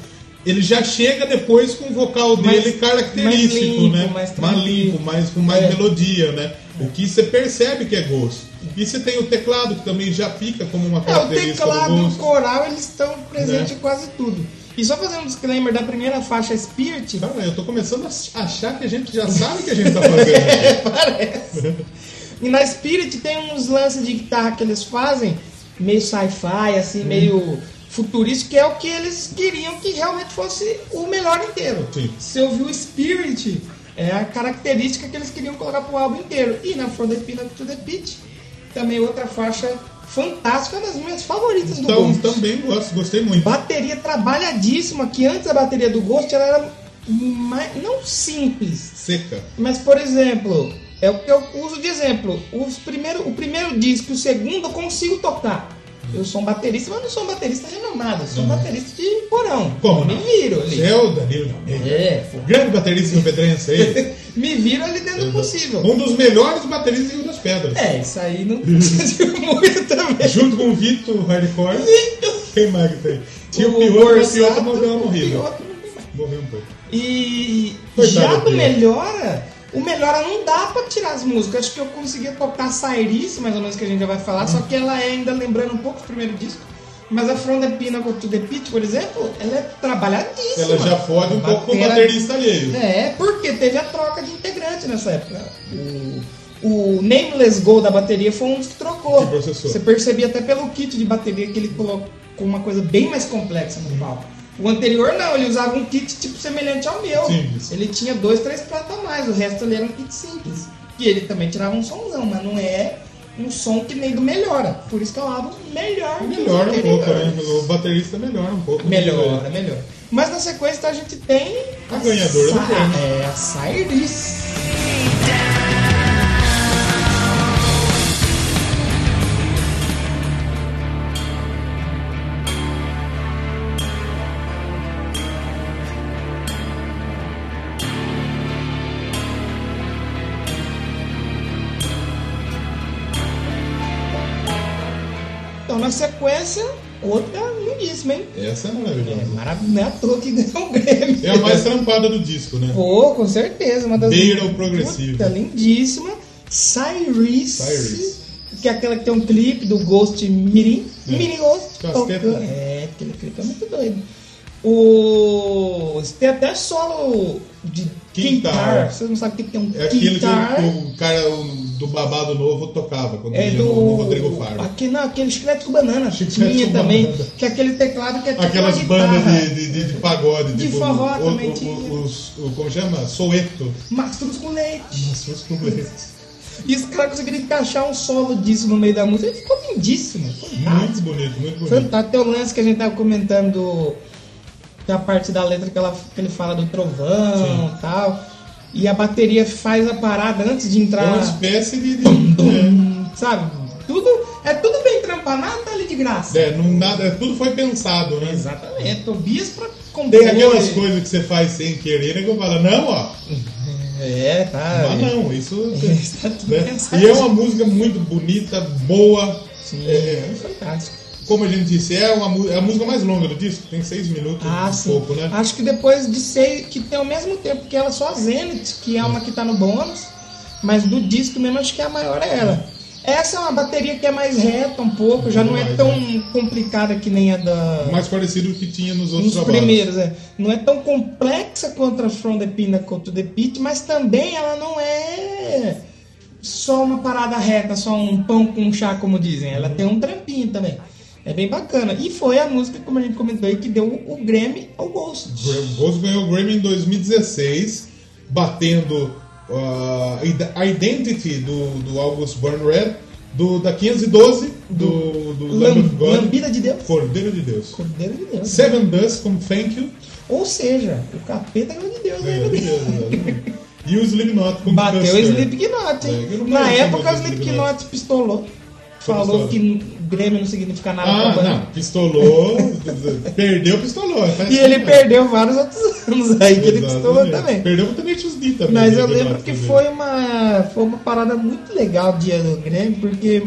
B: ele já chega depois com o vocal
A: Mais-
B: dele característico,
A: mais limpo,
B: né?
A: mais
B: limpo, mais, com mais
A: É.
B: melodia, né? O que você percebe que é Ghost. E você tem o teclado, que também já fica como uma
A: É, o
B: característica
A: teclado
B: do
A: e o
B: Ghost.
A: coral eles estão presentes
B: Né?
A: em quase tudo. E só fazendo um disclaimer da primeira faixa Spirit,
B: Cara, né? eu tô começando a achar que a gente já sabe o que a gente tá
A: [LAUGHS] É,
B: fazendo.
A: E na Spirit tem uns lances de guitarra que eles fazem, meio sci-fi, assim, meio futurista, que é o que eles queriam que realmente fosse o melhor inteiro.
B: Sim.
A: Se eu vi o Spirit, é a característica que eles queriam colocar pro álbum inteiro. E na From the Peanut to the Pit, também outra faixa fantástica, uma das minhas favoritas do
B: então,
A: Ghost.
B: também gosto, gostei muito.
A: Bateria trabalhadíssima, que antes a bateria do Ghost ela era mais, não simples,
B: Seca.
A: mas, por exemplo, é o que eu uso de exemplo. Os primeiro, o primeiro disco e o segundo eu consigo tocar. Eu sou um baterista, mas não sou um baterista renomado. Eu sou um baterista de porão.
B: Uhum. Como
A: Me
B: não?
A: viro ali.
B: É o Danilo Almeida.
A: É.
B: O grande baterista do Pedrense
A: [LAUGHS]
B: aí.
A: Me viro ali dentro do possível.
B: Um dos melhores bateristas em Rio das Pedras.
A: É, isso aí não precisa de [LAUGHS] muito também.
B: Junto com o Vito Hardcore. Quem mais que tem? Tinha o
A: O
B: Pior, o
A: Borsato,
B: Pior morreu
A: o
B: morrido.
A: Pioto não tem mais.
B: Morreu um pouco.
A: E
B: Coitado
A: já
B: do
A: do
B: Pioto.
A: Melhora, o Melhora não dá pra tirar as músicas. Acho que eu conseguia tocar Sairice, mais ou menos, que a gente já vai falar. Só que ela é ainda lembrando um pouco do primeiro disco. Mas a From the Pinnacle to the Pit, por exemplo, ela é trabalhadíssima.
B: Ela já fode um pouco com o
A: Batera-
B: baterista alheio.
A: É, porque teve a troca de integrante nessa época. O, o Nameless Go da bateria foi um dos que trocou.
B: Que processou.
A: Você percebia até pelo kit de bateria que ele colocou uma coisa bem mais complexa no palco. O anterior não, ele usava um kit tipo semelhante ao meu.
B: Simples.
A: Ele tinha dois, três pratos a mais, o resto ele era um kit simples. E ele também tirava um somzão, mas não é um som que nem do Melhora. Por isso que é um álbum melhor. do
B: Melhora um pouco,
A: anterior.
B: né? O baterista melhora um pouco.
A: Melhora, é melhor. Mas na sequência a gente tem.
B: A ganhadora do
A: Sa-
B: prêmio.
A: É, a Cyrus. Então, na sequência, outra lindíssima, hein?
B: Essa é
A: É
B: maravilhosa.
A: maravilhoso, não é à toa que ganhou o Grêmio.
B: É a mais trampada do disco, né?
A: Pô, com certeza, uma das.
B: Beira o progressivo.
A: Puta, lindíssima. Cyrus.
B: Cyrus.
A: Que é aquela que tem um clipe do Ghost Mirim.
B: É.
A: Mirim Ghost.
B: Casqueta.
A: tocando. É, aquele clipe é muito doido. O. Tem até solo de Quintar. Vocês não sabem o que que é um
B: É aquele que
A: quintar.
B: o, o cara o- do babado novo tocava quando
A: É
B: ele
A: do.
B: no Rodrigo Faro.
A: Aqui, não, aquele chiclete com banana.
B: Chiclete
A: tinha
B: com
A: também.
B: banana.
A: Que é aquele teclado que é tipo
B: Aquelas
A: uma
B: bandas
A: guitarra.
B: de, de, de- de pagode,
A: De
B: tipo
A: forró
B: o,
A: também
B: o- o-
A: tinha.
B: os- o- como chama? Soeto.
A: Mas frutos com leite.
B: Nossa, os problemas.
A: E os caras conseguiram encaixar um solo disso no meio da música. Ele ficou lindíssimo.
B: Muito bonito, muito bonito.
A: Fantástico. Tem o lance que a gente tava comentando do- da parte da letra que, ela, que ele fala do trovão e tal. E a bateria faz a parada antes de
B: É
A: entrar.
B: uma espécie
A: [LAUGHS]
B: de. de
A: Sabe? Tudo, é tudo bem trampanado, nada tá ali de graça. É,
B: é, é, não, nada, tudo foi pensado, né?
A: Exatamente. Tobias pra compor.
B: Tem aquelas coisas que você faz sem querer, né? Que eu falo, não, ó.
A: É, tá.
B: Mas
A: [LAUGHS]
B: não, isso.
A: Está tudo
B: né?
A: pensado.
B: E é uma música muito bonita, boa.
A: Sim,
B: É.
A: é fantástico.
B: Como a gente disse, é, uma, mu- é a música mais longa do disco, tem seis minutos,
A: Ah,
B: um
A: sim.
B: pouco, né?
A: Acho que depois de seis, que tem ao mesmo tempo que ela só a Zenith, que é uma que tá no bônus, mas do disco mesmo acho que a maior é ela. Essa é uma bateria que é mais reta um pouco, já não é
B: Mais,
A: tão complicada que nem a da
B: Mais parecido com o que tinha nos outros
A: Ah. nos
B: trabalhos.
A: primeiros, é. Não é tão complexa quanto a From the Pinnacle to the Pit, mas também ela não é só uma parada reta, só um pão com chá, como dizem. Ela tem um trampinho também. É bem bacana. E foi a música, como a gente comentou aí, que deu o Grammy ao Ghost.
B: O Ghost ganhou o Grammy em 2016, batendo ah, a Identity do, do August Burn Red, do, da 512, do, do Lamb of
A: Lam-
B: God,
A: Lambida de Deus.
B: Cordeiro de Deus.
A: Cordeiro de Deus.
B: Seven Dust com Thank You,
A: Ou seja, o capeta é de Deus. né?
B: Cordeiro de Deus, exatamente. e o Slipknot com
A: Bateu o
B: Custer.
A: Slipknot, hein?
B: É, eu não
A: Na
B: conheço
A: época, o
B: muito Slipknot.
A: Slipknot pistolou. Falou
B: pistola.
A: que o Grêmio não significa nada pra
B: Ah,
A: banda.
B: não, pistolou, perdeu, pistolou. tá
A: E ele
B: certo.
A: perdeu vários outros anos aí que ele pistolou
B: Exatamente.
A: também.
B: Perdeu pro Tenacious D também.
A: Mas eu
B: Slipknot
A: lembro que
B: também.
A: foi uma, foi uma parada muito legal o dia do Grêmio, porque,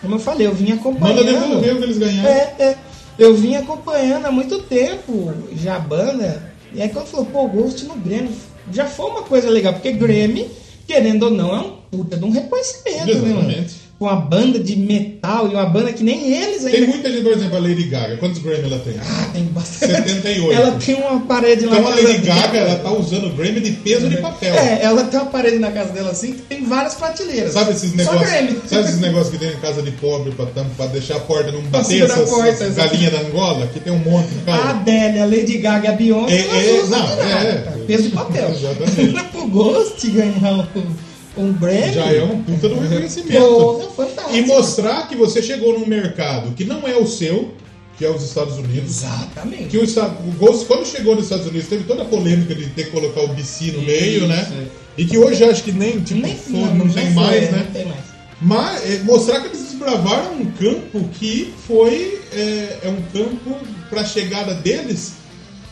A: como eu falei, eu vim
B: Manda
A: acompanhando.
B: devolver o que eles ganharam.
A: É, é. Eu vim acompanhando há muito tempo já a banda. E aí quando falou, pô, Ghost no Grêmio, já foi uma coisa legal, porque Grêmio, querendo ou não, é um puta de um reconhecimento, né, mano?
B: Exatamente.
A: Com uma banda de metal e uma banda que nem eles ainda
B: Tem muita gente, por exemplo, a Lady Gaga. Quantos Grammy ela tem? Ah,
A: tem bastante. [LAUGHS]
B: 78.
A: Ela tem uma parede lá
B: então a
A: que ela-
B: Lady Gaga, ela tá usando o Grammy de peso de papel.
A: É, ela tem uma parede na casa dela assim que tem várias prateleiras.
B: Sabe esses
A: Só Grammy.
B: negócios? Sabe esses negócios que tem em casa de pobre pra, tampa- pra deixar a porta não bater
A: segurar a
B: essas
A: porta, Ah,
B: essas
A: exato.
B: galinhas da Angola? Que tem um monte em
A: A
B: casa.
A: Adélia, a Lady Gaga e a Beyoncé.
B: É,
A: elas
B: é,
A: usam
B: não,
A: pra
B: é,
A: nada.
B: é.
A: Peso de papel.
B: Exatamente.
A: Pro Ghost ganhar um, um Grammy.
B: Já é um puta do
A: Pô, é
B: reconhecimento.
A: fantástico.
B: E mostrar que você chegou num mercado que não é o seu, que é os Estados Unidos.
A: Exatamente.
B: Que o, Esta- o Ghost, quando chegou nos Estados Unidos, teve toda a polêmica de ter que colocar o BC no meio, né? E que hoje eu acho que nem, tipo,
A: Nem-
B: foda, não, tem
A: foi,
B: mais,
A: Não
B: né?
A: tem mais.
B: Mas é, mostrar que eles desbravaram um campo que foi. É, é um campo, pra chegada deles,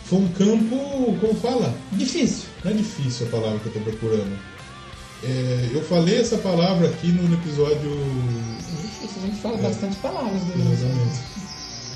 B: foi um campo. Como fala?
A: Difícil.
B: Não é difícil a palavra que eu tô procurando. É, eu falei essa palavra aqui no episódio
A: Difícil. A gente fala bastante palavras. né?
B: É. Exatamente.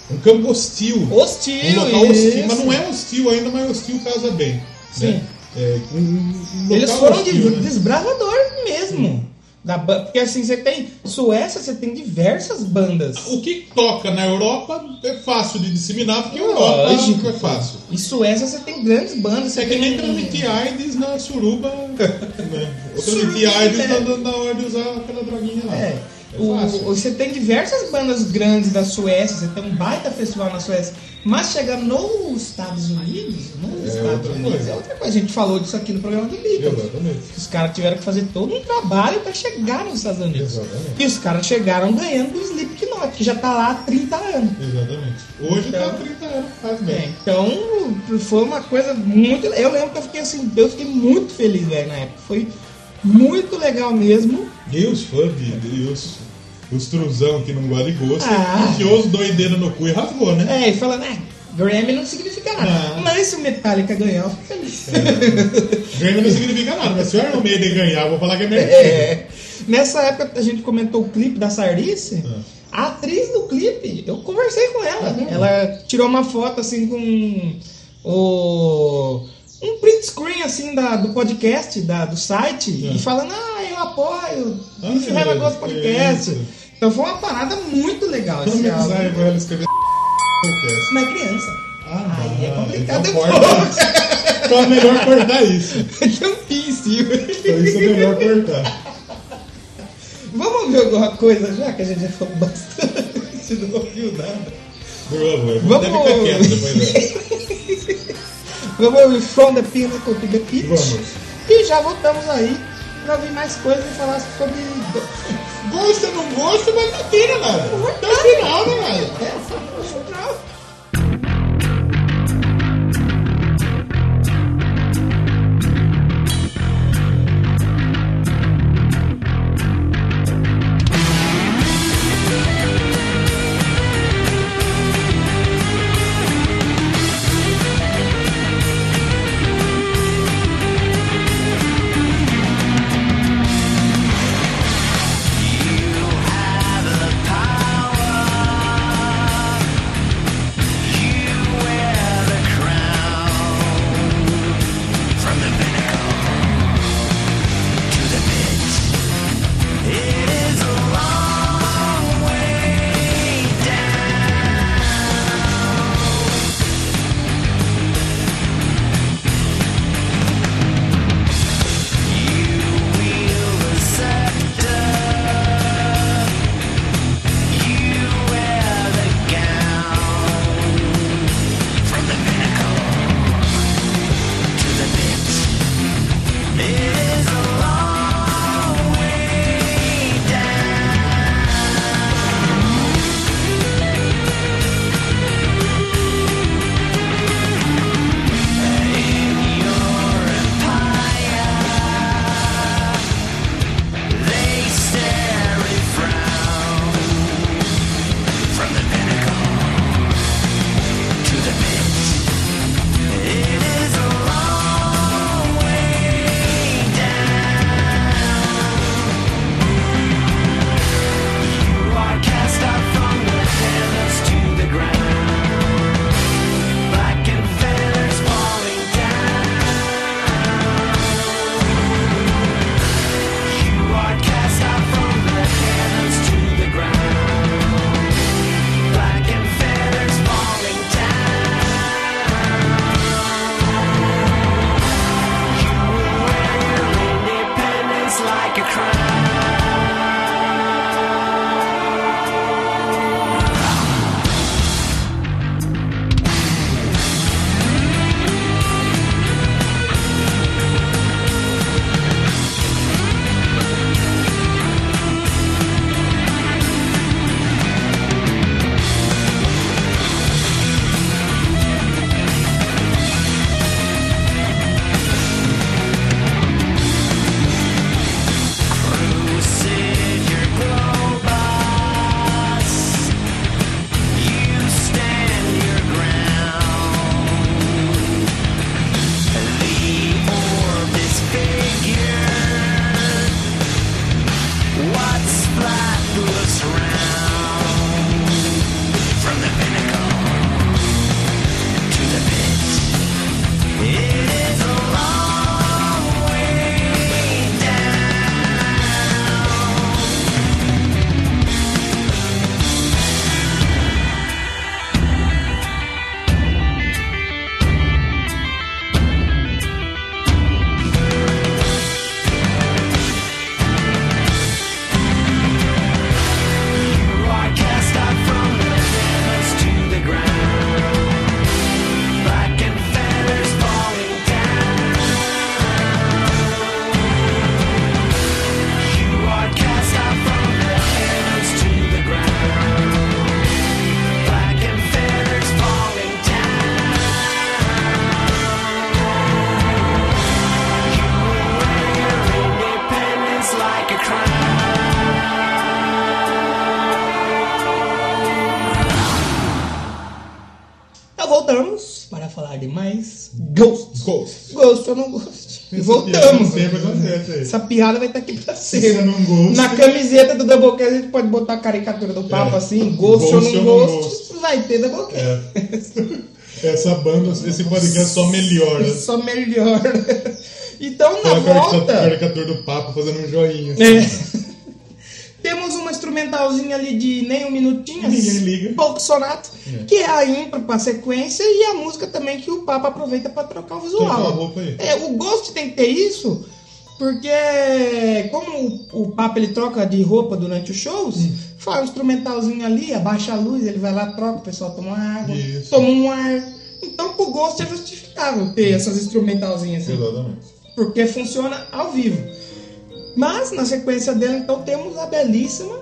B: Um campo hostil.
A: Hostil,
B: Um local hostil.
A: isso.
B: Mas não é hostil ainda, mas hostil casa bem.
A: Sim.
B: Né? É, um, um local
A: Eles foram
B: hostil,
A: de
B: né?
A: desbravadores mesmo. Da ba- Porque assim, você tem. Suécia, você tem diversas bandas.
B: O que toca na Europa é fácil de disseminar, porque a Europa
A: Ah, Lógico.
B: é fácil.
A: E Suécia você tem grandes bandas. Você
B: É que
A: tem
B: nem transmitir AIDS na suruba. né? Ou transmitir
A: Hum. Suruba,
B: AIDS
A: é.
B: na, na hora de usar aquela droguinha lá.
A: É.
B: é
A: O-
B: fácil.
A: você tem diversas bandas grandes da Suécia, você tem um baita festival na Suécia, mas chegar nos Estados Unidos, nos
B: É
A: Estados
B: outra
A: Unidos
B: coisa.
A: é outra coisa. A gente falou disso aqui no programa do Beatles.
B: Exatamente.
A: Os caras tiveram que fazer todo um trabalho para chegar nos Estados Unidos.
B: Exatamente.
A: E os caras chegaram ganhando do Slipknot, que já tá lá há 30 anos.
B: Exatamente. Hoje
A: Então-
B: tá 30 anos, faz
A: É,
B: bem.
A: então foi uma coisa muito. Eu lembro que eu fiquei assim, eu fiquei muito feliz, velho, na época. Foi muito legal mesmo.
B: E os fãs de Deus, os truzão que não gosta de gosto,
A: Ah.
B: enfiou os doideiros no cu e rasgou, né?
A: É, e falando, ah, Grammy não significa nada.
B: Não.
A: Mas se o Metallica ganhar, eu fico feliz. É.
B: Grammy não significa nada, mas se o Iron Maiden ganhar, vou falar que é merda.
A: É. Nessa época a gente comentou o clipe da Sardice.
B: Ah.
A: A atriz do clipe, eu conversei com ela. né? ela tirou uma foto assim com o. Um print screen assim da, do podcast, da, do site, e falando, ah, eu apoio,
B: Ah,
A: If you have a
B: é,
A: Ghost podcast.
B: é isso.
A: então foi uma parada muito legal
B: Manda
A: esse álbum.
B: mensagem pra ela escrever podcast.
A: Mas criança.
B: Ah,
A: Aí é
B: não,
A: complicado. [LAUGHS]
B: então corta. Então é melhor cortar isso.
A: É Campice.
B: Então isso é melhor cortar.
A: Vamos ver alguma coisa já que a gente já falou bastante, não ouviu nada.
B: Por favor,
A: Vamos.
B: Vamos. deve ficar quieto depois [LAUGHS] dessa.
A: [LAUGHS] Vamos ouvir From the Pinnacle to the Pitch.
B: Vamos.
A: E já voltamos aí pra ouvir mais coisas e falar sobre.
B: Gosta, não gosta, mas não tira nada. Até o final, né, nada.
F: Like a crime. Like a crime.
A: Então voltamos para falar de mais Ghosts.
B: Ghost.
A: Gosto ou não
B: [LAUGHS]
A: gosto. E
B: Isso
A: voltamos.
B: Sempre acontece aí.
A: Essa piada vai estar aqui pra
B: Se
A: sempre.
B: você não gosta,
A: Na camiseta do Doublecast a gente pode botar a caricatura do Papa
B: É.
A: assim, gosto ou
B: Gosto É,
A: não
B: ou não
A: gosto, vai ter Doublecast.
B: É, [LAUGHS] essa banda, esse podcast é só melhora.
A: Só melhora. [LAUGHS] Então na
B: Coloca a
A: volta.
B: caricatura do papo fazendo um joinha.
A: É. assim. [LAUGHS] Temos uma instrumental instrumentalzinho ali de nem um minutinho,
B: Ninguém liga.
A: pouco sonato, que é a intro pra sequência e a música também que o Papa aproveita pra trocar o visual.
B: Trocar a roupa aí.
A: É, o Ghost tem que ter isso, porque como o, o Papa ele troca de roupa durante os shows,
B: Hum.
A: faz um instrumentalzinho ali, abaixa a luz, ele vai lá, troca, o pessoal toma uma água,
B: Isso.
A: toma um ar. Então pro Ghost é justificável ter essas instrumentalzinhas assim
B: Exatamente.
A: porque funciona ao vivo. Mas na sequência dela, então temos a belíssima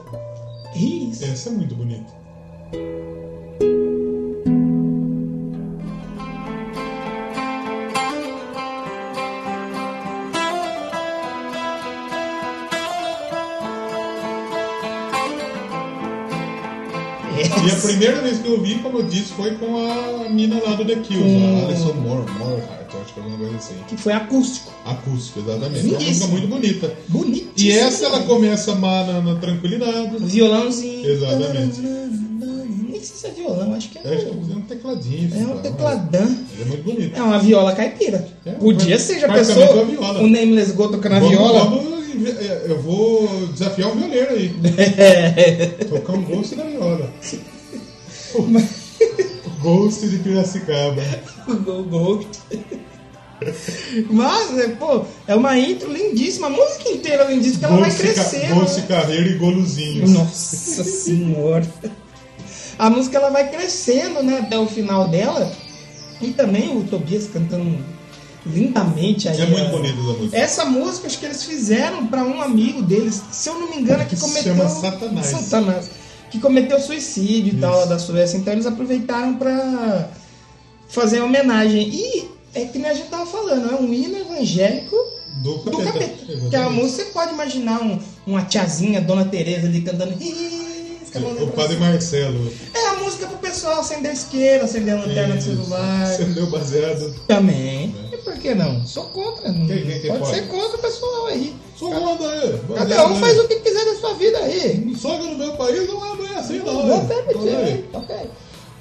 A: Riz.
B: Essa é muito bonita. E a primeira vez que eu vi, como eu disse, foi com a mina lá do The Kills,
A: Hum.
B: a Alison Moore, Moorheart, acho que é alguma coisa assim.
A: Que foi acústico.
B: Acústico, exatamente. É uma música
A: Lindíssimo.
B: muito bonita. E
A: Bonitíssima.
B: essa ela começa a amar na, na tranquilidade. né?
A: Violãozinho.
B: Exatamente.
A: Nem sei se é violão, acho que é,
B: Eu acho que é um tecladinho.
A: é um tecladão.
B: É muito bonito.
A: É uma viola caipira.
B: É,
A: Podia ser, já
B: praticamente
A: pensou?
B: uma viola.
A: O Nameless Go tocando a
B: Vamos-
A: viola.
B: vamos inve- é, eu vou desafiar o violeiro
A: [LAUGHS]
B: aí. Tocar um ghost na viola. O ghost de Piracicaba.
A: O Go Ghost. Mas, é, pô, é uma intro lindíssima. A música inteira é lindíssima, porque ela vai né?
B: Ghost, Ca-
A: crescendo.
B: Ghost Carreiro e Goluzinhos.
A: Nossa senhora. A música ela vai crescendo, né, até o final dela. E também o Tobias cantando lindamente aí.
B: É muito
A: a-
B: bonita essa música.
A: Essa música acho que eles fizeram pra um amigo deles, se eu não me engano, é que
B: Que se
A: cometeu
B: chama Satanás.
A: Satanás, que cometeu suicídio e tal lá
B: Isso.
A: da Suécia. Então eles aproveitaram pra fazer a homenagem. E é que nem a gente tava falando, é um hino evangélico
B: Do
A: É do
B: Capeta.
A: capeta.
B: Exatamente.
A: Que é uma música, você pode imaginar um, uma tiazinha, Dona Tereza ali cantando. "Risca a mão
B: O
A: é pra
B: Padre
A: cima".
B: Marcelo.
A: É a música pro pessoal acender a isqueira, acender a lanterna do
B: Isso.
A: celular.
B: Acendeu baseado.
A: Também. E por que não? Sou contra. Não
B: Quem- quem- quem
A: pode,
B: pode?
A: ser contra o pessoal aí.
B: Sou um contra aí.
A: Cada um faz o que quiser da sua vida aí.
B: Sogra no meu país não é bem assim, não.
A: Não
B: hein?
A: permitir,
B: Olha aí.
A: né? Ok.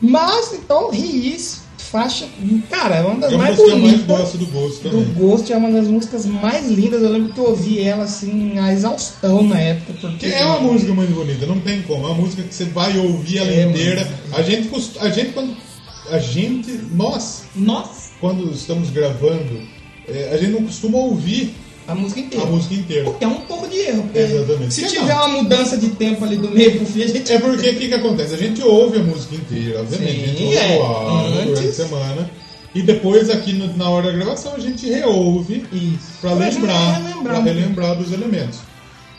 A: Mas então, Riz, faixa. Cara, é uma das
B: É uma
A: mais
B: música que eu mais
A: bonitas.
B: gosto do Ghost
A: do
B: também.
A: Ghost é uma das músicas mais lindas. Eu lembro que eu ouvi ela assim, a exaustão na época. Porque
B: Que é uma música muito bonita, não tem como. É uma música que você vai ouvir ela
A: É,
B: inteira. A gente, cost- a gente quando. A gente. Nós,
A: Nossa!
B: quando estamos gravando, é, a gente não costuma ouvir
A: A música inteira.
B: a música inteira.
A: O que é um pouco de erro. porque
B: Exatamente.
A: Se
B: Que
A: tiver
B: não.
A: uma mudança de tempo ali do meio pro fim, a gente.
B: É porque o que, que acontece? A gente ouve a música inteira, obviamente. a gente
A: Sim,
B: ouve
A: é.
B: o álbum durante a
A: Antes.
B: semana. E depois, aqui no- na hora da gravação, a gente reouve
A: Isso.
B: para
A: Pra
B: lembrar,
A: relembrar.
B: É
A: né?
B: pra relembrar dos elementos.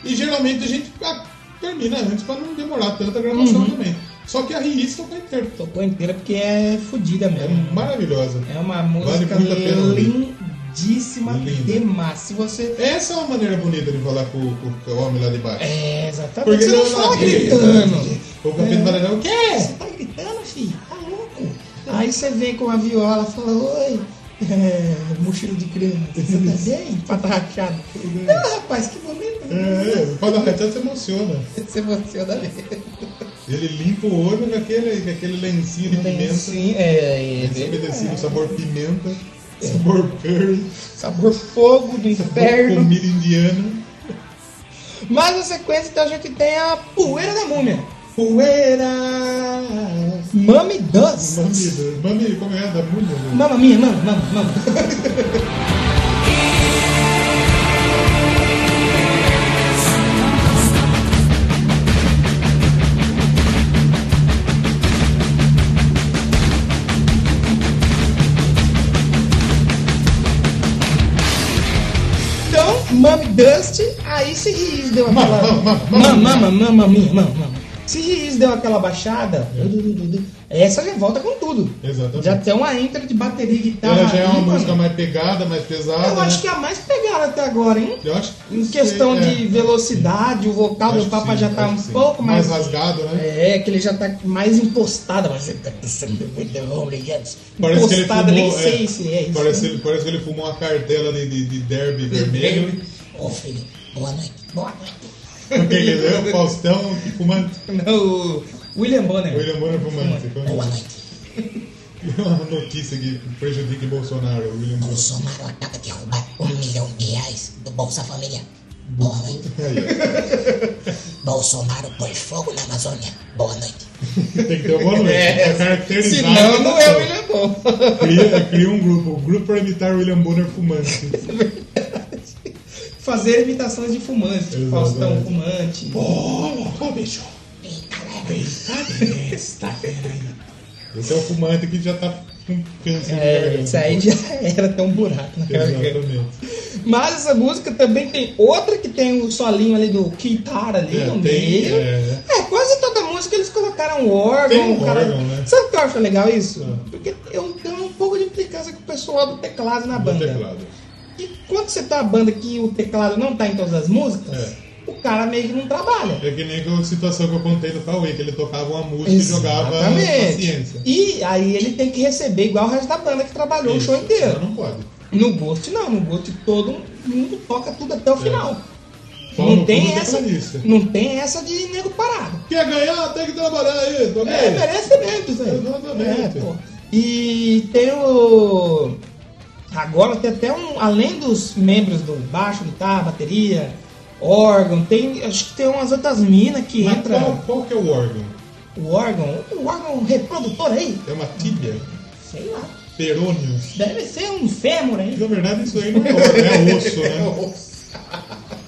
B: E geralmente a gente ah, termina antes para não demorar tanto a gravação
A: Uhum.
B: também. Só que a Riis toca inteiro.
A: Tocou inteira porque é fodida
B: É
A: mesmo.
B: maravilhosa.
A: É uma música
B: muito a pena ouvir.
A: lindíssima
B: Linda.
A: demais. Se você.
B: Essa é uma maneira bonita de falar com, com o homem lá de baixo.
A: É, exatamente.
B: Porque É.
A: você não fala gritando.
B: O capeta vai lá, o quê?
A: É, você tá gritando, filho? Tá louco? Aí você vem com a viola e fala, oi, é, mochila de criança, você tá bem? Pata rachada. Ah, rapaz, que bonito.
B: É, o Padre Ratchet se emociona.
A: Você emociona mesmo.
B: Ele limpa o olho com aquele, com aquele lencinho de pimenta.
A: Sim, é, é,
B: Esse obedecido, sabor pimenta, sabor curry,
A: Sabor fogo do
B: sabor
A: inferno.
B: comida indiana.
A: Mas na sequência então a gente tem a poeira da múmia. Poeira. Mami Dust.
B: Mami, mami, como é? Da mulher? né?
A: Mama minha, mama, mama, mama. Então, Mami Dust, aí se Riz deu aquela.
B: Mama, mama, mama,
A: Mama, mama, mama, minha, mama, mama. Se Riz deu aquela baixada, du, du, du, du, essa já volta com tudo.
B: Exatamente.
A: Então, Já tem uma intro de bateria e guitarra.
B: Ela já é uma
A: ali,
B: música
A: mano.
B: mais pegada, mais pesada. né?
A: Eu acho que é a mais pegada até agora, hein?
B: Eu acho que
A: Em
B: sim,
A: questão
B: é.
A: de velocidade, o vocal
B: Acho
A: do
B: que
A: Papa
B: sim,
A: já tá
B: acho
A: um
B: que sim.
A: pouco mais.
B: rasgado, né?
A: É, que ele já tá mais impostado. Mas ele tá dançando with the Holy Hands.
B: Parece que ele
A: Impostado, nem
B: fumou,
A: sei
B: é.
A: se é isso.
B: Parece, ele- parece que ele fumou uma cartela de, de, de derby [LAUGHS] vermelho.
A: Ô filho, boa noite, boa noite.
B: Aquele né? O Faustão que fumante.
A: Não, o William É. Bonner.
B: O William Bonner fumante.
A: Boa noite.
B: E uma notícia que prejudica Bolsonaro. O William Bonner.
G: Bolsonaro acaba de roubar um milhão de reais do Bolsa Família. Boa noite.
B: Aí, ó.
G: Boa
A: Bolsonaro põe fogo na Amazônia. Boa noite.
B: Tem que ter
A: [LAUGHS]
B: uma noite.
A: É,
B: pra caracterizar
A: Senão
B: a
A: não é o
B: nação.
A: William Bonner.
B: Cria, cria um grupo. O grupo pra imitar o William Bonner fumante.
A: Fazer imitações de fumante, tipo
B: Exatamente.
A: Faustão fumante.
B: Ô, bicho. Esse é o fumante que já tá com câncer. na
A: É,
B: garganta.
A: isso aí já [LAUGHS] era até um buraco na garganta.
B: Exatamente.
A: Mas essa música também tem outra que tem o solinho ali do guitar ali
B: É,
A: no
B: tem,
A: meio.
B: é.
A: É, quase toda música eles colocaram órgão.
B: Tem um
A: o cara-
B: órgão, né?
A: Sabe o que eu acho legal isso?
B: Ah.
A: Porque eu tenho um pouco de implicância com o pessoal do teclado na
B: Do
A: banda.
B: teclado.
A: E quando você tá uma banda que o teclado não tá em todas as músicas,
B: É.
A: o cara meio que não trabalha.
B: É que nem aquela situação que eu contei do Cauê, que ele tocava uma música e jogava é
A: Exatamente.
B: paciência.
A: E aí ele tem que receber igual o resto da banda que trabalhou
B: Isso,
A: o show inteiro.
B: senão Não pode.
A: No Ghost não, no Ghost todo mundo toca tudo até o final.
B: Pau
A: Não
B: É. no é cu
A: tem,
B: do
A: essa,
B: tecladista.
A: não tem essa de nego parado.
B: Quer ganhar, tem que trabalhar aí, tá
A: É,
B: vendo?
A: merece mesmo isso aí.
B: Exatamente.
A: É, pô. E tem o. Agora tem até um. Além dos membros do baixo, guitarra, bateria, órgão, tem. Acho que tem umas outras minas que
B: Mas
A: entra.
B: qual, qual que é o órgão?
A: O órgão. O órgão reprodutor aí?
B: É uma tíbia?
A: Sei lá.
B: Perônio?
A: Deve ser um fêmur aí.
B: Na verdade, isso aí não é órgão, é osso,
A: [LAUGHS]
B: né?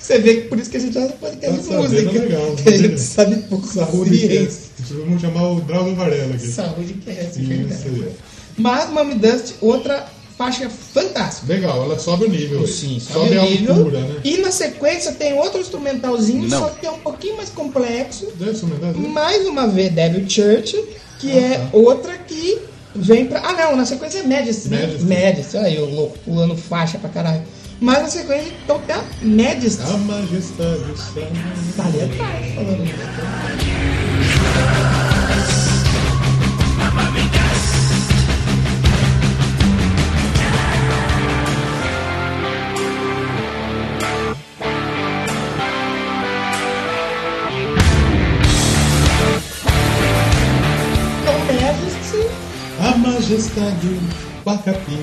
A: Você vê que por isso que a gente faz podcast de
B: Tá sabendo
A: música. [LAUGHS]
B: legal,
A: que a
B: né?
A: gente sabe um pouco saúde.
B: Podcast. Vamos chamar o Drauzio Varela aqui.
A: Saúde que é essa,
B: Isso
A: verdade.
B: aí.
A: Mas Mami Dust, outra faixa fantástica.
B: Legal, ela sobe o nível. aí.
A: sobe
B: a
A: o nível.
B: altura, né?
A: E na sequência tem outro instrumentalzinho,
E: Não.
A: só que é um pouquinho mais complexo.
B: Deve ser uma né? verdade?
A: Mais uma vez, Devil Church, que é outra que vem pra. Ah, não, na sequência é Majesty. né?
B: Majesty.
A: Majesty, olha aí, eu louco, pulando faixa pra caralho. Mas na sequência, então tem a Majesty.
B: A majestade está...
A: Tá ali atrás falando isso. Então, Majesty,
B: A majestade Pacapim.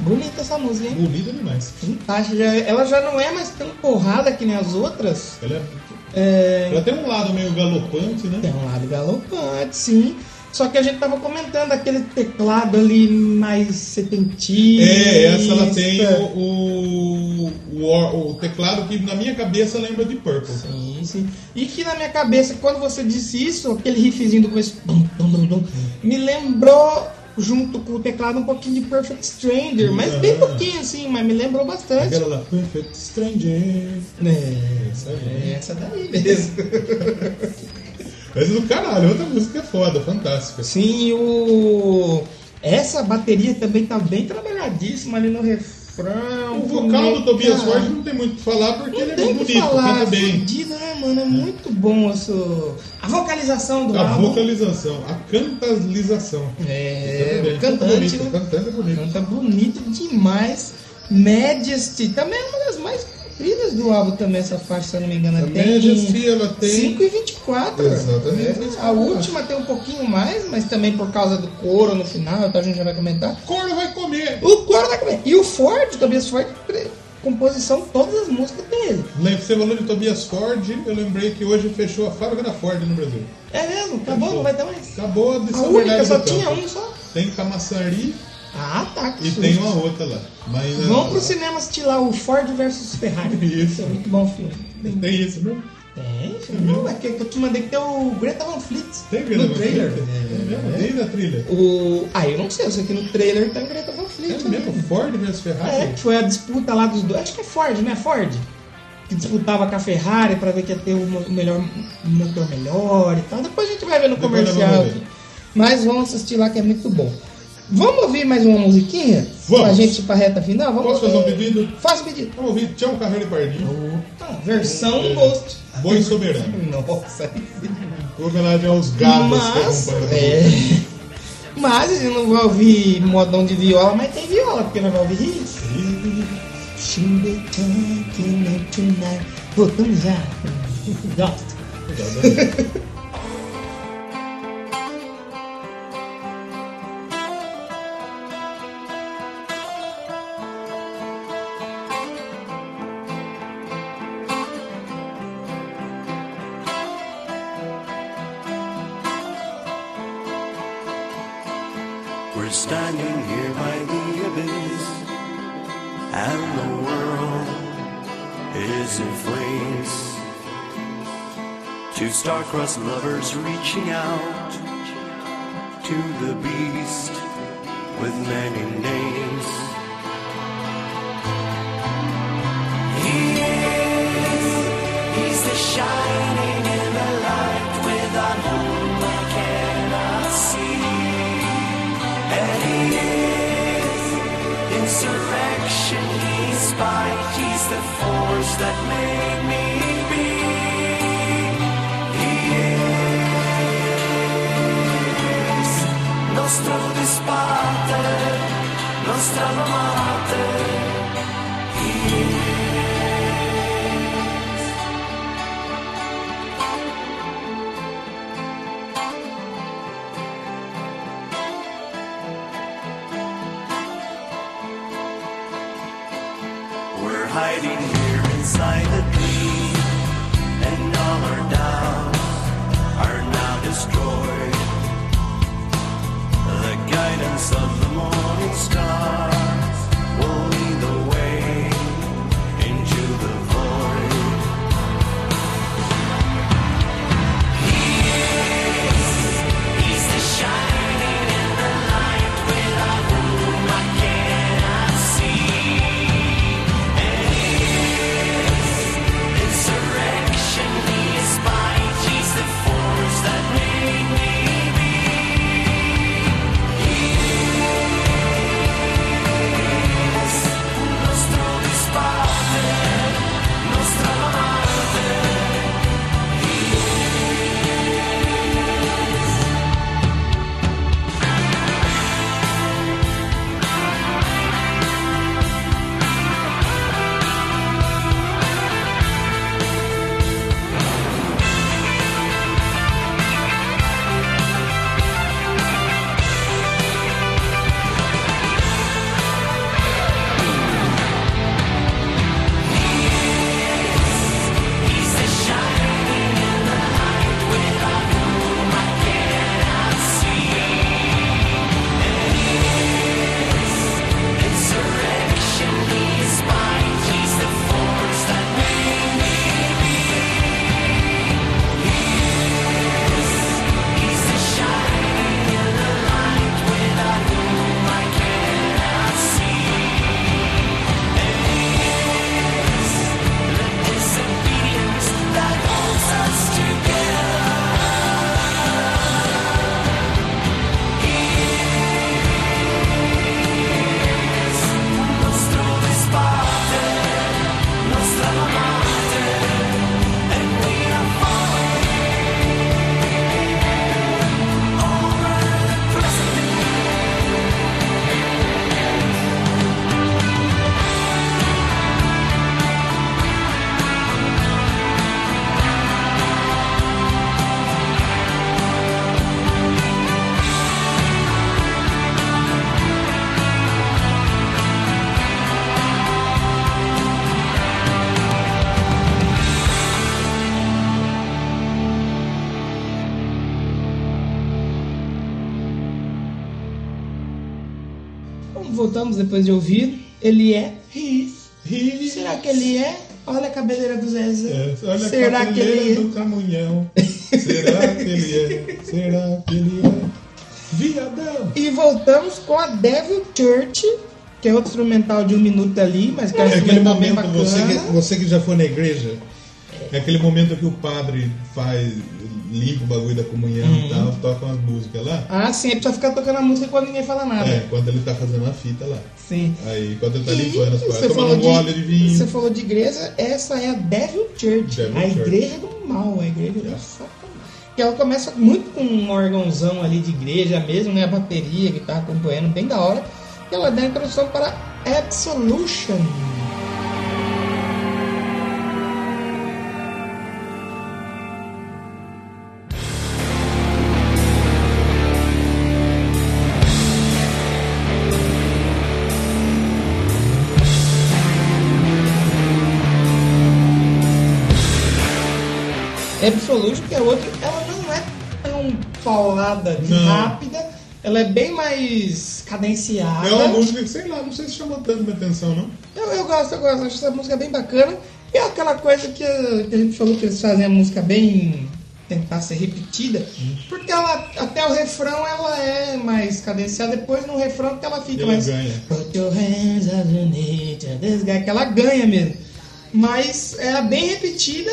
A: Bonita essa música, hein?
B: Bonita é demais.
A: Fantástica. Já- Ela já não é mais tão porrada que nem as outras.
B: Ela, é-
A: É,
B: ela tem um lado meio galopante, né?
A: Tem um lado galopante, sim. Só que a gente tava comentando aquele teclado ali mais setentista.
B: É, essa ela tem o, o, o, or- o teclado que na minha cabeça lembra de Purple.
A: Sim, sim. E que na minha cabeça, quando você disse isso, aquele riffzinho do começo, dum, dum, dum, dum, me lembrou, junto com o teclado, um pouquinho de Perfect Stranger. Mas bem
B: Ah.
A: pouquinho, assim, mas me lembrou bastante.
B: Aquela lá, Perfect Stranger.
A: É,
B: Essa aí.
A: é essa daí mesmo.
B: Mas do caralho, outra música é foda, fantástica.
A: Sim, o. Essa bateria também tá bem trabalhadíssima ali no refrão.
B: O vocal do Tobias
A: Cara,
B: Forge não tem muito o que falar porque ele é
A: Tem
B: muito
A: que
B: bonito,
A: falar,
B: canta bem.
A: fudido, né, mano? É muito bom isso. A vocalização do
B: A
A: álbum.
B: vocalização, a cantalização.
A: É,
B: Canta
A: o
B: bem,
A: cantante.
B: canta bonito,
A: né?
B: Cantando é bonito.
A: Canta bonito demais. Majesty também é uma das mais compridas do álbum também, essa faixa, se eu não me engano.
B: A
A: tem
B: Majesty, ela tem.
A: 5 e 24.
B: Exatamente.
A: É, a última tem um pouquinho mais, mas também por causa do couro no final, tá? a gente já vai comentar.
B: Corno vai comer!
A: O couro da Clemente. E o Ford, o Tobias Ford, pre- composição todas as músicas dele.
B: Lembra, você falou de Tobias Ford, eu lembrei que hoje fechou a fábrica da Ford no Brasil.
A: É mesmo? Acabou? Não vai ter mais?
B: Acabou a de
A: A
B: São
A: única
B: Bernardo
A: só
B: do
A: tinha
B: Campo.
A: um só.
B: Tem Camaçari
A: Ah, tá. que
B: e
A: susto.
B: tem uma outra lá. Mas a-
A: Vamos pro cinema assistir lá o Ford versus Ferrari.
B: [LAUGHS] Isso.
A: É muito bom filme. Tem,
B: Tem isso, né?
A: filme? Não, é que que eu te mandei que tem o Greta Van Fleet.
B: Tem Greta
A: No
B: Van
A: trailer.
B: Fleet? É mesmo? Desde a trilha.
A: O... Ah, eu não sei, eu sei que no trailer tem o Greta Van
B: É
A: Fleet. né?
B: mesmo? Ford versus
A: É,
B: Ferrari?
A: que foi a disputa lá dos dois. Acho que é Ford, né? Ford. Que disputava com a Ferrari pra ver que ia ter o mo- melhor um motor melhor e tal. Depois a gente vai ver no
B: Depois
A: comercial.
B: nós vamos ver.
A: aqui. Mas vamos assistir lá que é muito bom. Vamos ouvir mais uma musiquinha?
B: Vamos.
A: Pra gente ir pra reta final? Vamos
B: Posso fazer um pedido?
A: Faz o pedido.
B: Vamos ouvir Tchau Carreiro e Pardinho.
A: Opa, versão Ghost.
B: Boi Soberano.
A: Nossa, aí sim.
B: Em Homenagem aos gados
A: Mas,
B: que acompanham.
A: é. Mas a gente não vai ouvir modão de viola, mas tem viola, porque nós vamos ouvir isso. Voltamos já. Gosto.
G: Thank
H: We're standing here by the abyss, and the world is in flames. Two star-crossed lovers reaching out to the beast with many names. He is, he's the shining in the light without whom I cannot see. And he is insurrection, he's spite, he's the force that made me be. He is nostro despate, nostra amate. He is. We're hiding here inside the dream, and all our doubts are now destroyed. The guidance of the morning star will lead the way into the void. He is, he's the shining in the light without whom I cannot see. Insurrection, he's spite, he's the force that made me be. He is nostro disparte, nostra amante. He is. He's the shining in the light without whom I cannot see. And he is insurrection, he's mine, he's the force that made me be. He is, he's the shining in the light without whom I cannot see. Disobedience that holds us together. He is nostro despate, nostra amante, and we are falling over the precipice.
A: Então, voltamos depois de ouvir. Ele é Riff.
B: Riff.
A: Será que ele é? Olha a cabeleira do Zezé.
B: É, olha
A: Será
B: a
A: que ele
B: cabeleira
A: é?
B: do camunhão. Será que ele é? Será que ele é? Viadão!
A: E voltamos com a Devil Church, que é outro instrumental de um minuto ali, mas que é um
B: É aquele
A: instrumental bem
B: momento,
A: bacana.
B: você que, você que já foi na igreja, é aquele momento que o padre faz, limpa o bagulho da comunhão
A: Uhum.
B: e tal, toca umas músicas lá.
A: Ah, sim, aí precisa ficar tocando a música quando ninguém fala nada.
B: É, quando ele tá fazendo a fita lá.
A: Sim.
B: Aí, quando ele tá
A: E
B: limpando as
A: você
B: coisas, tomando
A: falou
B: um gole de, vinho.
A: Você falou de igreja, essa é a Devil Church.
B: Devil
A: a
B: Church.
A: igreja do mal, a igreja do satanás. Que ela começa muito com um órgãozão ali de igreja mesmo, né? A bateria, a guitarra acompanhando, bem da hora. E ela dá a introdução para Absolution. Absolution, que é outro, ela não é tão paulada, de é
B: Não.
A: rápida, Ela é bem mais cadenciada.
B: É uma música que, sei lá, não sei se chamou tanto minha atenção, não.
A: Eu, eu gosto, eu gosto, acho essa música bem bacana. E é aquela coisa que, eh, que a gente falou que eles fazem a música bem tentar ser repetida,
B: Uhum.
A: porque ela até o refrão ela é mais cadenciada, depois no refrão que ela fica
B: Ela
A: mais.
B: ganha.
A: Put your hands on your knees, this guy", que ela ganha mesmo. Mas ela é bem repetida,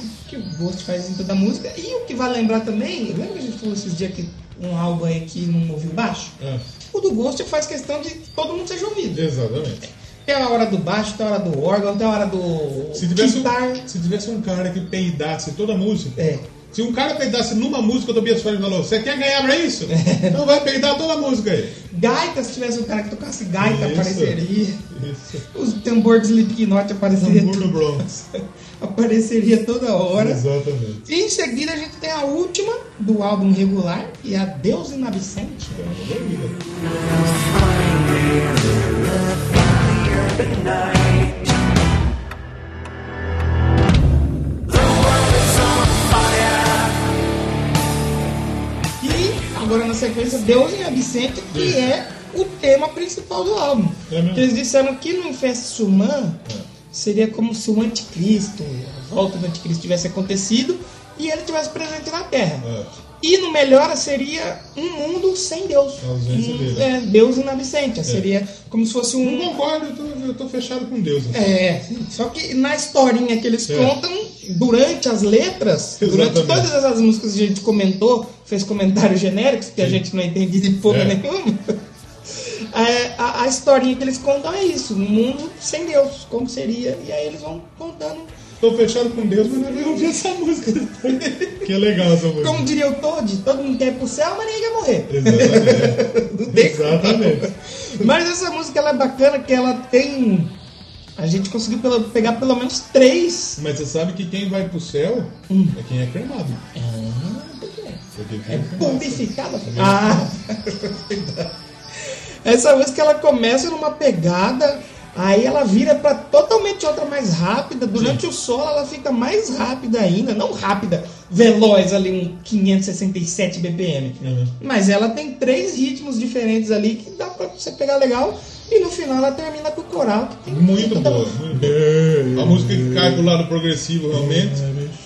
A: o que o Ghost faz em toda a música. E o que vai lembrar também, lembra que a gente falou esses dias que um álbum aí que não ouviu baixo?
B: Ah,
A: O do Ghost faz questão de todo mundo seja ouvido.
B: exatamente.
A: Tem a hora do baixo, tem a hora do órgão, tem a hora do
B: Se tivesse,
A: guitar.
B: um, se tivesse um cara que peidasse toda a música.
A: É.
B: Se um cara peidasse numa música, o Tobias Fábio falou: Você quer ganhar pra isso? Então vai peidar toda a música aí.
A: Gaita, se tivesse um cara que tocasse gaita,
B: Isso.
A: apareceria.
B: Isso. é
A: Os tambor de Slipknot apareceria,
B: Tambor do Bronx.
A: [LAUGHS] apareceria toda hora.
B: Exatamente.
A: E em seguida a gente tem a última do álbum regular, que é a Deus Inabicente. E agora na sequência, Deus em Absente, que é o tema principal do álbum.
B: É mesmo? É.
A: Que eles disseram que no Infest Suman seria como se o anticristo, a volta do anticristo tivesse acontecido e ele tivesse presente na Terra.
B: Ah,
A: E no Melhora seria um mundo sem Deus.
B: A ausência
A: Um-
B: dele.
A: é, Deus inabsente. Seria como se fosse
B: não
A: um.
B: concordo, eu tô, eu tô fechado com Deus.
A: É, só que na historinha que eles
B: É.
A: contam, durante as letras, durante
B: Exatamente.
A: todas essas músicas que a gente comentou, fez comentários genéricos que a gente não entendia de porra
B: É.
A: nenhuma. é, a, a historinha que eles contam é isso: um mundo sem Deus, como seria. E aí eles vão contando.
B: Tô fechado com Deus, mas não vou ouvir essa música. que é legal essa música.
A: Como diria o Todd, todo mundo quer ir pro céu, mas ninguém quer morrer.
B: Exatamente. Exatamente.
A: Mas essa música ela é bacana que ela tem. A gente conseguiu pelo- pegar pelo menos três.
B: Mas você sabe que quem vai pro céu é quem é cremado. Porque quem é cremado.
A: Purificada. Ah! [LAUGHS] essa música ela começa numa pegada, aí ela vira pra totalmente outra mais rápida. Durante o solo ela fica mais rápida ainda, não rápida, veloz ali, um 567 BPM.
B: Uhum.
A: Mas ela tem três ritmos diferentes ali que dá pra você pegar legal. E no final ela termina com o coral. Então, que tem
B: Muito
A: toda-
B: boa. muito boa. A música que cai pro lado progressivo, realmente.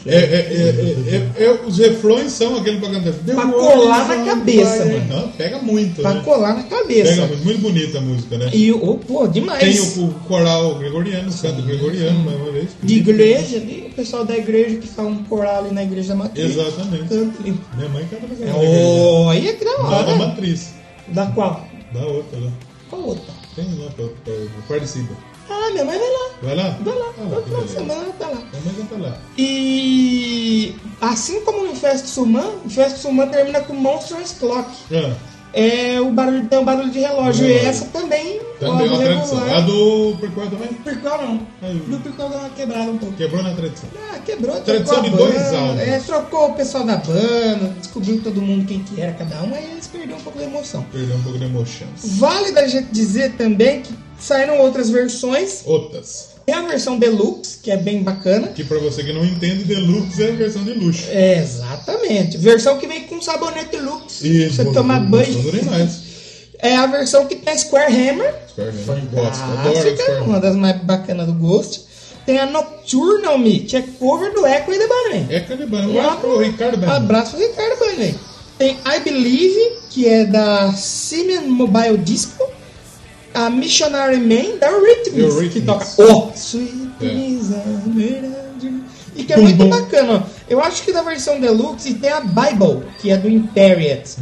B: É, é, é, é, é, é- os refrões são aquele propaganda.
A: Pra colar na cabeça, mano.
B: Não, pega muito.
A: Pra
B: né?
A: colar na
B: Pega
A: cabeça.
B: muito. Muito bonita a música, né?
A: E o, pô, demais.
B: Tem o, o coral gregoriano, o canto gregoriano, mais uma vez.
A: De igreja, ali, o pessoal da igreja que faz um coral ali na igreja da matriz.
B: Exatamente.
A: Canta ali.
B: Minha mãe canta mais
A: Oh, aí é que da
B: Da
A: hora.
B: matriz.
A: Da qual?
B: Da outra lá.
A: Qual outra?
B: Tem lá, pra, pra, parecida.
A: Ah, minha mãe vai lá.
B: Vai lá?
A: Vai lá.
B: Ah,
A: Todo final
B: que
A: de
B: beleza.
A: semana ela tá lá.
B: Minha mãe canta lá.
A: E assim como no Infesto Suman, o Infesto Suman termina com Monstrous Clock.
B: Ah,
A: É o barulho, tem um barulho de relógio. E
B: Relógio.
A: essa também.
B: também é uma tradição. A do Percor também?
A: Do Percol não.
B: Aí.
A: Do Percol dá uma quebrada um pouco.
B: Quebrou na tradição.
A: Ah, quebrou, trocou
B: Tradição
A: a
B: de
A: banda,
B: dois álbuns.
A: é, trocou o pessoal da banda, descobriu todo mundo quem que era cada um, aí eles perderam um pouco da emoção.
B: Perdeu um pouco de emoção.
A: Vale da gente dizer também que saíram outras versões.
B: Outras.
A: Tem a versão deluxe, que é bem bacana.
B: Que pra você que não entende, deluxe é a versão de luxo.
A: É, exatamente. Versão que vem com sabonete luxe, pra você
B: bom,
A: tomar
B: bom,
A: banho.
B: Gostoso demais.
A: É a versão que tem Square Hammer,
B: Square Hammer. Gosto. Adoro
A: clássica,
B: Square
A: uma
B: Hammer.
A: das mais bacanas do Ghost. Tem a Nocturnal Me, que é cover do Echo e The Bunny.
B: É Caliban. Um abraço pro Ricardo
A: Um
B: Bernardo.
A: abraço pro Ricardo Bunny. Tem I Believe, que é da Simeon Mobile Disco. A Missionary Man, da Rhythmics,
B: The Rhythmics.
A: que toca ó, Sweet
B: É.
A: Desire. E que é
B: Bum,
A: muito
B: bum.
A: bacana. ó. Eu acho que da versão Deluxe tem a Bible, que é do Imperiet.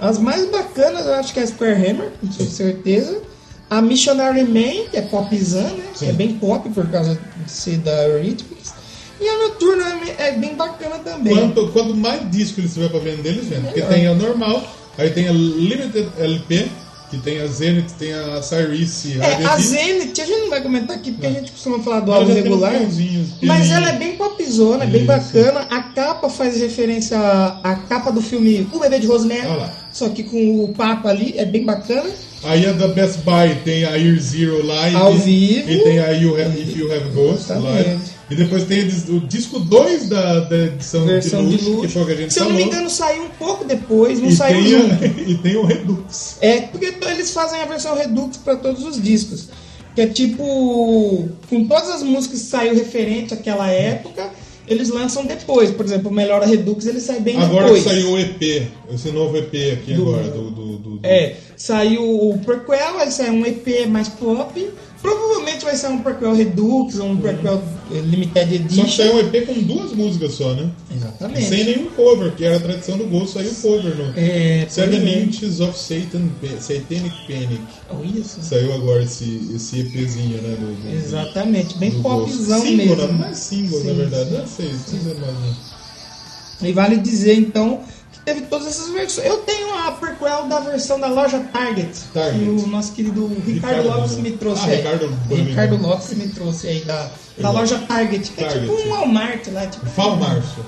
A: As mais bacanas eu acho que é a Square Hammer, com certeza. A Missionary Man, que é popzão, né? Que é bem pop por causa de ser da Rhythmics. E a Noturna é bem bacana também.
B: Quanto, quanto mais disco eles tiver pra vender, eles vendem. Porque tem a normal, aí tem a Limited LP, que tem a Zenith, tem a Cyrus, a
A: É,
B: RDD.
A: a Zenith, a gente não vai comentar aqui porque a gente costuma falar do
B: Ela
A: álbum
B: já tem uns
A: regular.
B: pãozinhos,
A: Mas
B: pequenininhos.
A: ela é bem popzona, é bem
B: Isso.
A: bacana. A capa faz referência à, à capa do filme O Bebê de Rosemary.
B: Olha lá.
A: Só que com o papo ali, é bem bacana.
B: Aí a da Best Buy tem a Year Zero lá e,
A: Ao vivo.
B: e tem a you Have- If You Have Ghost lá.
A: Exatamente.
B: E depois tem o disco 2 da, da edição
A: Versão de
B: de, luxo, que
A: luxo.
B: foi o que a gente
A: Se eu
B: falou.
A: não me engano, saiu um pouco depois, não
B: e,
A: saiu
B: tem
A: junto.
B: a- [LAUGHS] e tem o Redux.
A: É, porque to- eles fazem a versão Redux pra todos os discos. Que é tipo. Com todas as músicas que saiu referente àquela época, eles lançam depois. Por exemplo, o Melhor Redux ele sai bem
B: Agora
A: depois.
B: que saiu o EP, esse novo EP aqui
A: Do-
B: agora, do. do, do- do-
A: É, saiu o prequel, aí saiu um EP mais pop. Provavelmente vai sair um prequel Redux, um prequel eh, Limited
B: Só que
A: Edition.
B: saiu um EP com duas músicas só, né?
A: Exatamente.
B: Sem nenhum cover, que era a tradição do Gol, saiu cover no.
A: É,
B: Seven
A: pois é.
B: Inches of Satan, Satanic Panic.
A: Olha só.
B: Saiu agora esse, esse EPzinho, né? Do, do-
A: Exatamente, bem
B: do Ghost.
A: popzão
B: single,
A: mesmo.
B: Não, não é single, na
A: Sim,
B: verdade.
A: sim.
B: Não sei, não sei mais um. não.
A: E vale dizer então que teve todas essas versões. Eu tenho a prequel da versão da loja Target,
B: Target.
A: que o nosso querido Ricardo,
B: Ricardo
A: Lopes
B: Bom.
A: me trouxe
B: Ah,
A: aí.
B: Ricardo Bom.
A: Ricardo Lopes me trouxe aí da, da loja Target, que é
B: Target,
A: tipo
B: sim.
A: um Walmart lá,
B: [LAUGHS]
A: tipo.
B: Val Março.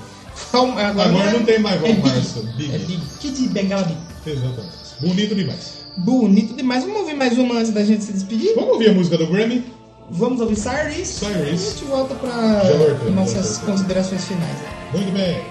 A: Calma,
B: Agora não tem mais
A: Big.
B: Walmart, só Big.
A: É Big. Que de Bengala Big.
B: Exatamente. Bonito demais.
A: Bonito demais. Vamos ouvir mais uma antes da gente se despedir?
B: Vamos ouvir a música do Grammy?
A: Vamos ouvir Cyrus.
B: Cyrus.
A: E a gente volta para
B: Já voltamos, já
A: nossas
B: voltamos.
A: considerações finais.
B: Muito bem.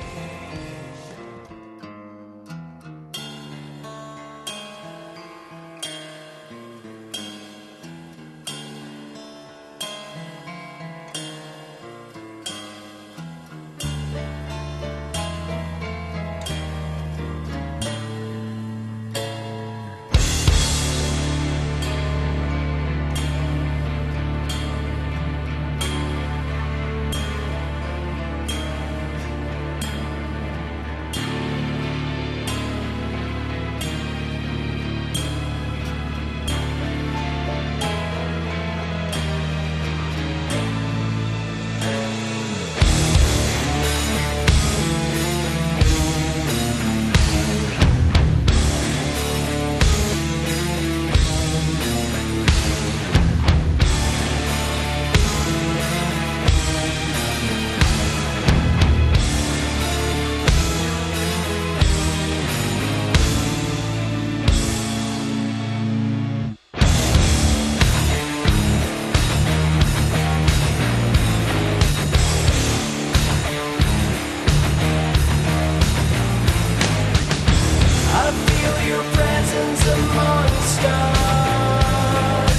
F: I feel your presence amongst us.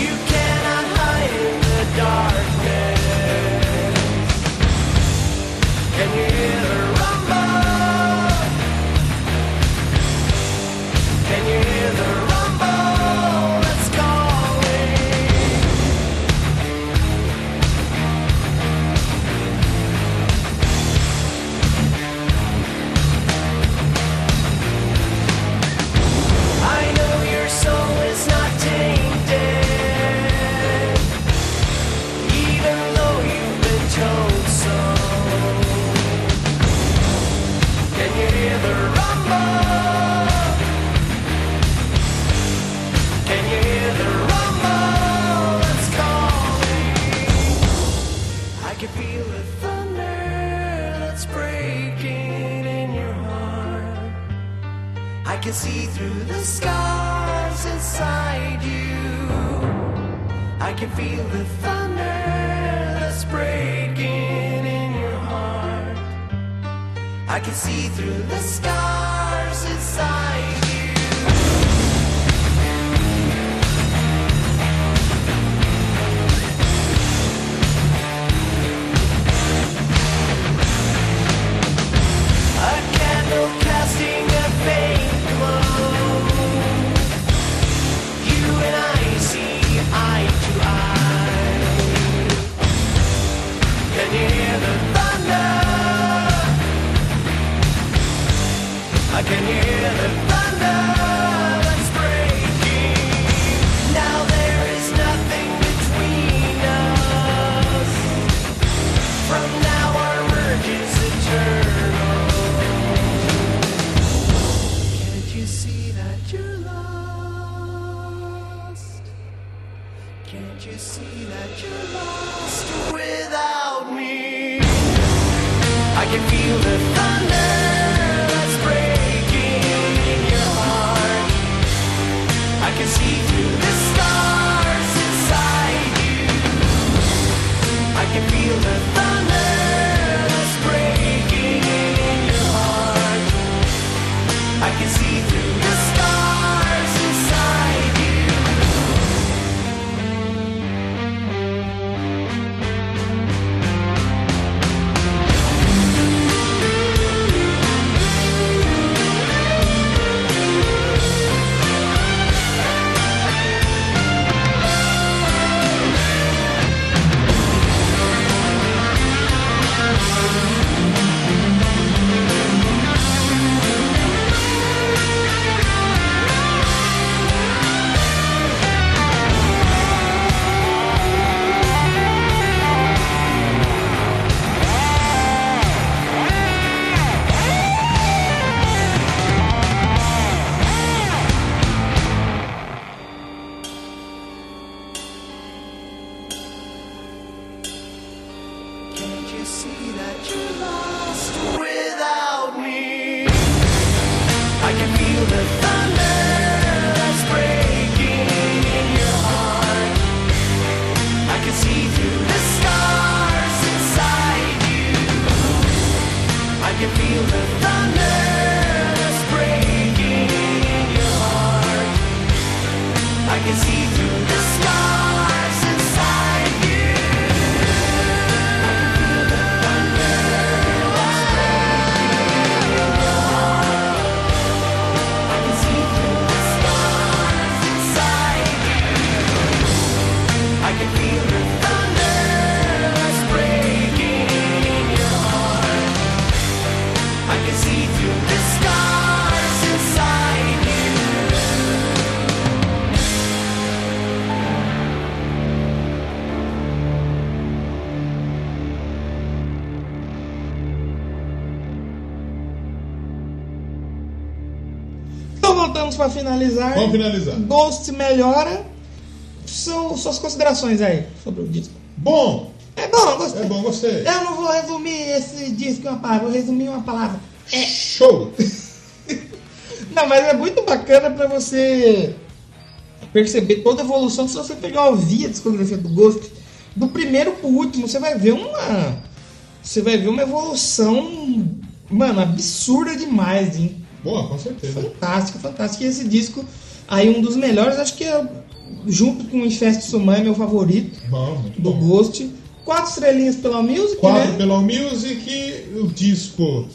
F: You cannot hide in the darkness. Can you hear the rumble? Can you hear the rumble that's calling? I know your soul is not tainted, even though you've been told so. Can you hear the rumble? Can you hear the rumble that's calling? I can feel the thunder that's breaking in your heart. I can see through the scars inside you. I can feel the thunder that's breaking in your heart. I can see through the scars inside you. A candle casting a faint glow. You and I see eye to eye. Can you hear the thunder? I can hear the thunder that's breaking. Now there is nothing between us. From now our work is eternal. Can't you see that you're lost? Can't you see that you're lost without me? I can feel the thunder that's breaking in your heart. I can see through the stars inside you. I can can feel the thunder that's breaking in your heart. I can see through the scars inside you. Can't you see that you're lost without me? I can feel the thunder that's breaking in your heart. I can see through the scars inside you. I can feel the thunder that's breaking in your heart. I can see through the scars inside you. I can feel the thunder that's breaking in your heart. I can see through the scars inside you.
A: Então voltamos pra finalizar.
B: Vamos finalizar.
A: Ghost melhora. São suas considerações aí sobre o disco.
B: Bom,
A: É bom, gostei.
B: é bom, gostei.
A: Eu não vou resumir esse disco em uma palavra, vou resumir em uma palavra.
B: Show! [LAUGHS]
A: Não, mas é muito bacana pra você perceber toda a evolução. Se você pegar ouvir a discografia do Ghost, do primeiro pro último, você vai ver uma. Você vai ver uma evolução, mano, absurda demais. hein?
B: Boa, com certeza.
A: Fantástico, fantástico. E esse disco, aí um dos melhores, acho que é junto com o Infest Sumai, meu favorito,
B: Bom, muito
A: do
B: bom.
A: Ghost. Quatro estrelinhas pela Music,
B: Quatro
A: né?
B: pela All Music, o disco.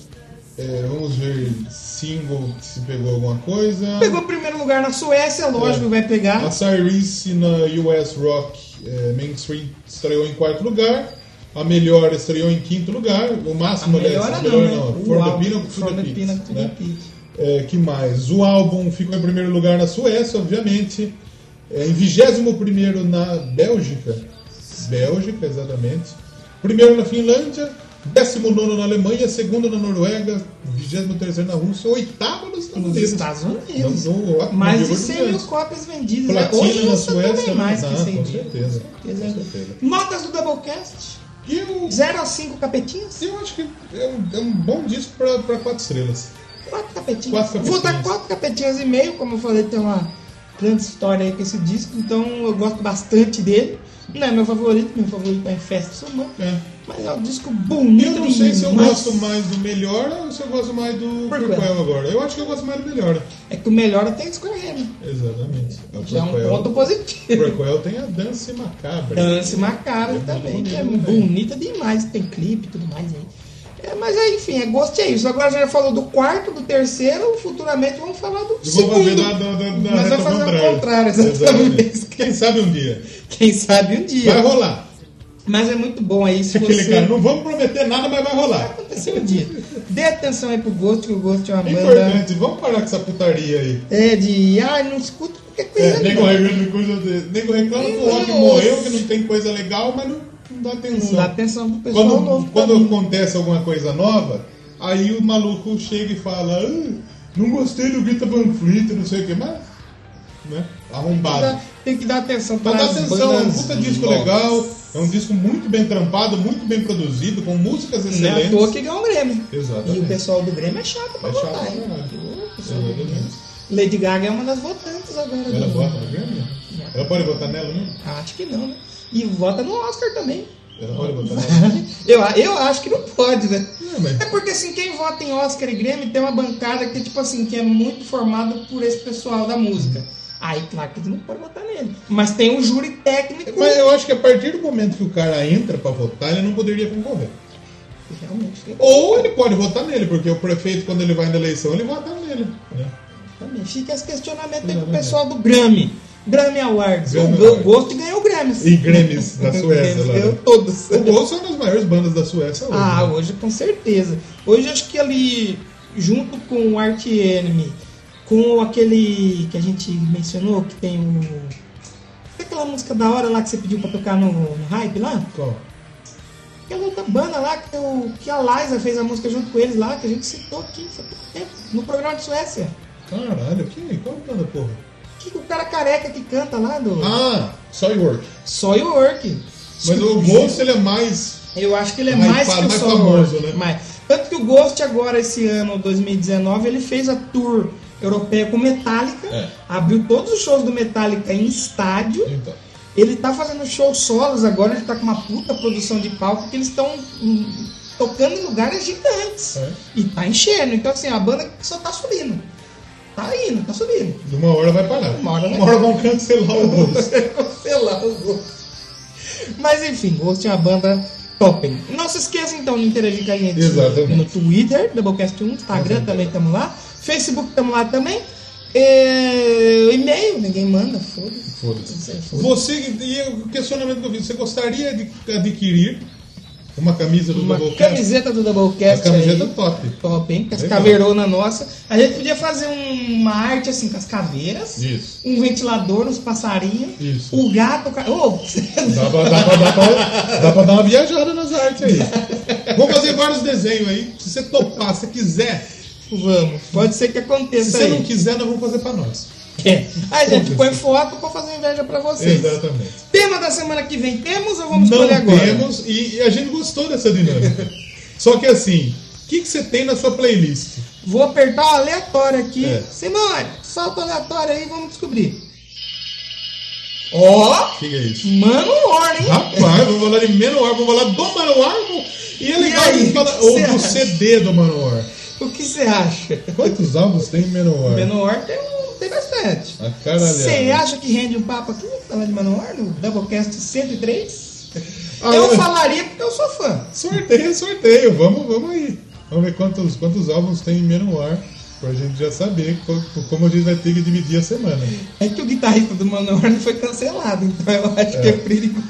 B: é, vamos ver, single, se pegou alguma coisa.
A: Pegou primeiro lugar na Suécia, lógico,
B: É.
A: vai pegar.
B: A Cyrus na US Rock eh, Mainstream estreou em quarto lugar. A melhor estreou em quinto lugar. O máximo, aliás,
A: Melhora não,
B: melhor
A: né?
B: não.
A: O
B: For the
A: álbum,
B: Pinnacle to
A: For
B: the
A: the
B: Peaks,
A: Pinnacle to the
B: né?
A: Peaks.
B: É, que mais? O álbum ficou em primeiro lugar na Suécia, obviamente. É, em 21 na Bélgica. Bélgica, exatamente. Primeiro na Finlândia. 19 na Alemanha. Segundo na Noruega. 23 na Rússia. Oitavo nos Estados
A: Nos
B: Unidos.
A: Estados
B: Não,
A: Unidos.
B: não, não,
A: Mais
B: não,
A: de
B: não,
A: 100
B: não,
A: mil
B: não.
A: cópias vendidas. né?
B: Platina
A: Hoje
B: na
A: lança
B: Suécia.
A: também mais
B: não,
A: que 100
B: com
A: mil.
B: certeza.
A: Quer dizer,
B: Com certeza.
A: Notas do Doublecast?
B: E eu,
A: 0 a 5 capetinhas?
B: eu acho que é um, é um bom disco pra, pra quatro estrelas.
A: 4 capetinhas.
B: Quatro capetinhas.
A: Vou dar 4 capetinhas e meio, como eu falei, tem uma grande história aí com esse disco, então eu gosto bastante dele. Não é meu favorito, meu favorito é em Festa Sumã,
B: É.
A: mas é um disco bonito.
B: Eu não sei se eu
A: demais.
B: gosto mais do melhor ou se eu gosto mais do
A: Prequel.
B: Prequel agora. Eu acho que eu gosto mais do melhor.
A: É que o melhor tem Square Hammer.
B: Exatamente. O
A: Já é um
B: Prequel-
A: ponto positivo.
B: Prequel tem a Dance Macabra.
A: [LAUGHS] Dance Macabra
B: É
A: também,
B: muito
A: que é
B: bonito,
A: bonita demais, tem clipe e tudo mais aí. É, mas aí, enfim, é gosto é isso. Agora já falou do quarto, do terceiro, futuramente vamos falar do
B: E vou
A: segundo.
B: fazer da, da, da, da
A: mas
B: reta
A: vamos fazer
B: contrária.
A: ao contrário, exatamente.
B: Quem sabe um dia.
A: Quem sabe um dia.
B: Vai rolar.
A: Mas é muito bom aí se
B: Aquele
A: você...
B: cara, não vamos prometer nada, mas vai rolar.
A: Aconteceu um dia. Dê atenção aí pro Ghost, que o Ghost é uma banda...
B: Importante, vamos parar com essa putaria aí.
A: É, de... Ah, não escuta qualquer coisa
B: É, nego
A: não.
B: reclama, coisa de- nego reclama que o rock
A: Nossa.
B: morreu, que não tem coisa legal, mas não, não dá atenção.
A: Não dá atenção pro pessoal
B: quando
A: novo. tá
B: quando acontece alguma coisa nova, aí o maluco chega e fala: "Ah, Não gostei do Greta Van Fleet, não sei o que, mas.
A: Tem
B: Né?
A: que
B: Arrombado.
A: dar- Tem que dar atenção
B: Mas
A: para
B: dá
A: as
B: atenção, é um
A: bandas
B: puta disco
A: novas.
B: legal, é um disco muito bem trampado, muito bem produzido, com músicas
A: Não é à toa
B: excelentes.
A: que ganhou o Grêmio.
B: Exatamente.
A: E o pessoal do Grêmio é chato pra
B: É chato,
A: votar. hein?
B: né?
A: O pessoal do
B: Exatamente.
A: Grêmio. Lady Gaga é uma das votantes agora.
B: Ela
A: do-
B: vota no Grêmio? Ela pode votar nela, né?
A: Acho que não, né? E vota no Oscar também.
B: Ela pode botar
A: [LAUGHS]
B: nome?
A: Eu, a- eu acho que não pode, né?
B: É, mas-
A: É porque assim, quem vota em Oscar e Grêmio tem uma bancada que, tipo assim, que é muito formada por esse pessoal da música. Aí, claro que não pode votar nele. Mas tem um júri técnico.
B: Mas eu acho que a partir do momento que o cara entra pra votar, ele não poderia concorrer.
A: Realmente, fica-
B: Ou ele pode votar nele, porque o prefeito, quando ele vai na eleição, ele vota nele. Né?
A: realmente fica é esse questionamento aí com o pessoal do Grammy. Grammy Awards.
B: é. Grammy
A: o Go-
B: Awards.
A: Ghost ganhou o Grammy.
B: E Grêmios
A: [LAUGHS]
B: da
A: O Grammy
B: Suécia lá.
A: ganhou
B: né?
A: todos.
B: O Gol são uma das maiores bandas da Suécia hoje.
A: Ah,
B: né?
A: hoje com certeza. Hoje acho que ali, junto com o Art Enemy, com aquele que a gente mencionou, que tem o. tem Aquela música da hora lá que você pediu pra tocar no, no hype lá?
B: Qual?
A: Aquela outra banda lá que, o, que a Liza fez a música junto com eles lá, que a gente citou aqui foi pouco tempo, no programa de Suécia.
B: Caralho, que? Qual banda, porra?
A: Que o cara careca que canta lá do.
B: Ah, só York.
A: Só o Work.
B: Mas o Ghost, ele é mais...
A: Eu acho que ele é
B: Mais
A: mais,
B: fa-
A: que o
B: mais
A: só
B: famoso,
A: Ghost,
B: né?
A: mais. Tanto que o Ghost agora, esse ano, 2019, ele fez a tour europeia com Metallica.
B: É.
A: Abriu todos os shows do Metallica em estádio.
B: Então,
A: Ele tá fazendo shows solos agora, ele tá com uma puta produção de palco que eles estão hum, tocando em lugares gigantes.
B: É.
A: E tá enchendo. Então, assim, a banda só tá subindo. Tá indo, tá subindo.
B: de uma hora vai parar.
A: Uma hora vai
B: vão cancelar o Ghost.
A: Sei lá, o Ghost. Mas enfim, Ghost é uma banda top. Não se esqueça então de interagir com a gente
B: Exatamente.
A: no Twitter, Doublecast 1, Instagram também estamos lá, Facebook estamos lá também. É, E-mail, ninguém manda, foda-se.
B: Foda-se.
A: [LAUGHS] Foda-se.
B: Você, e o questionamento que eu fiz, você gostaria de adquirir uma camisa do
A: Uma
B: Doublecast?
A: camiseta do
B: A
A: Doublecast
B: camiseta
A: aí.
B: top.
A: Top, hein? Com as
B: Legal.
A: caveirona nossa. A gente podia fazer um- uma arte assim com as caveiras,
B: Isso.
A: um ventilador, uns passarinhos,
B: Isso.
A: o gato. o ca- Ô, [LAUGHS]
B: Dá pra, dá, pra, dá, pra, dá pra dar uma viajada nas artes aí. Vou fazer vários desenhos aí. Se você topar, se quiser.
A: vamos, pode ser que
B: Se
A: aconteça
B: você
A: aí.
B: não quiser, nós vamos fazer pra nós.
A: É. Aí, gente, põe foto pra fazer inveja pra vocês.
B: Exatamente.
A: Tema da semana que vem temos ou vamos
B: Não
A: escolher agora?
B: temos, e, e a gente gostou
A: [LAUGHS]
B: dessa dinâmica. Só que assim, o que, que você tem na sua playlist?
A: Vou apertar o aleatório aqui.
B: É.
A: Simone, solta o aleatório aí e vamos descobrir. Ó,
B: O que, que é isso?
A: mano, ordem, hein?
B: Rapaz, vou falar de Manowar, vou falar do Manowar. vou- E é legal
A: E
B: a
A: aí,
B: gente
A: o
B: falar
A: que
B: ou
A: você
B: do
A: acha?
B: CD do Manowar.
A: O que você acha?
B: Quantos álbuns tem em Manowar?
A: Menor tem, um- tem bastante.
B: A
A: Você
B: caralhada.
A: acha que rende um papo aqui falar de Manowar no Doublecast 103?
B: Ah,
A: eu
B: eu-
A: falaria porque eu sou fã.
B: Sorteio, sorteio. Vamos, vamos aí. Vamos ver quantos, quantos álbuns tem em Manowar. Pra gente já saber co- como a gente vai ter que dividir a semana.
A: É que o guitarrista do Manowar não foi cancelado, então eu acho que é perigoso.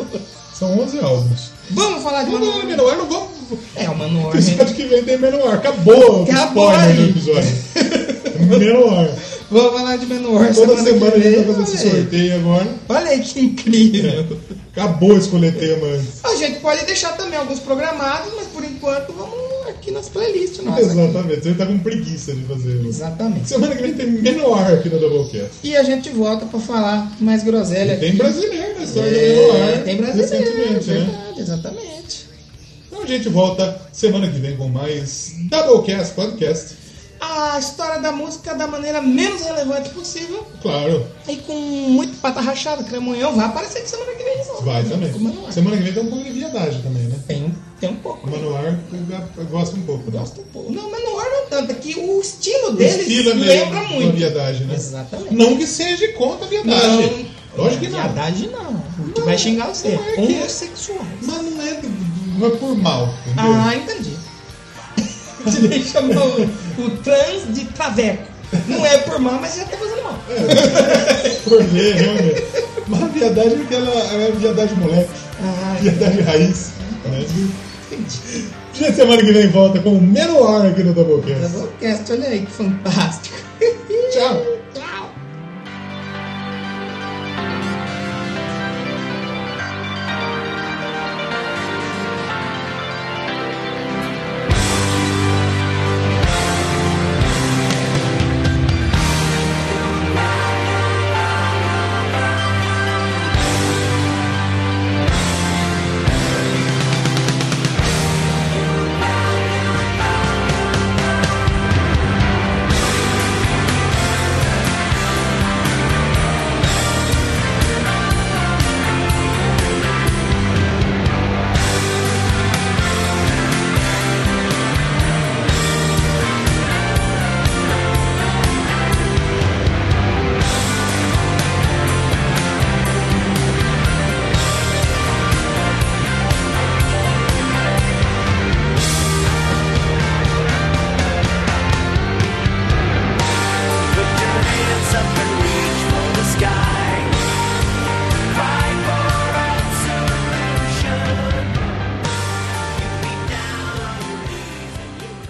B: São 11 álbuns.
A: Vamos falar de
B: Não, não,
A: Manowar?
B: Manowar não vamos...
A: É, o Manowar.
B: Episódio
A: gente.
B: que vem tem Menor. Acabou o
A: Acabou
B: spoiler
A: aí.
B: do
A: [LAUGHS]
B: episódio. Menor.
A: Vamos falar de Manowar
B: Toda semana
A: que
B: a gente
A: vem.
B: vai fazer esse
A: Olha aí.
B: sorteio É. agora.
A: Olha aí que incrível.
B: Acabou escolher tema antes.
A: A gente pode deixar também alguns programados, mas por enquanto vamos aqui nas playlists nossas.
B: Exatamente. Você tá com preguiça de fazer. isso.
A: Exatamente.
B: Semana que vem tem Menor aqui no Doublecast.
A: E a gente volta pra falar mais groselha.
B: Tem brasileiro na história do
A: É,
B: Menor. né?
A: tem brasileiro, é
B: Recentemente, né?
A: verdade, exatamente.
B: Então a gente volta semana que vem com mais Doublecast Podcast.
A: A história da música da maneira menos relevante possível
B: Claro,
A: e com muito pata rachada, cremonhão, vai aparecer que semana que vem. de novo. né?
B: vai também.
A: Com o Manoel.
B: Semana que vem tem um pouco de viadagem também, né?
A: é? Tem, um- tem um pouco.
B: O Manoar eu- eu gosto um pouco. né?
A: Gosto um pouco. Não, mas não é não tanto. É que o estilo deles
B: estilo é meio
A: lembra
B: uma
A: muito.
B: viadagem, né?
A: Exatamente.
B: Não que seja contra a viadagem. Ah, Lógico que não.
A: Verdade não. O que vai xingar você.
B: não é que-
A: Homossexuais.
B: Mas não é, não é por mal, entendeu?
A: Ah, entendi. [LAUGHS] Ele chamou o trans de traveco. Não é por mal, mas já tá fazendo mal.
B: [LAUGHS] Por ver, realmente. Mas a viadagem é aquela é a viadagem moleque,
A: Ah,
B: viadagem raiz. Né?
A: entendi.
B: Já [LAUGHS] semana que vem volta com o Menor aqui no Doublecast.
A: Doublecast, olha aí que fantástico.
B: Tchau.
A: Tchau.
F: Thank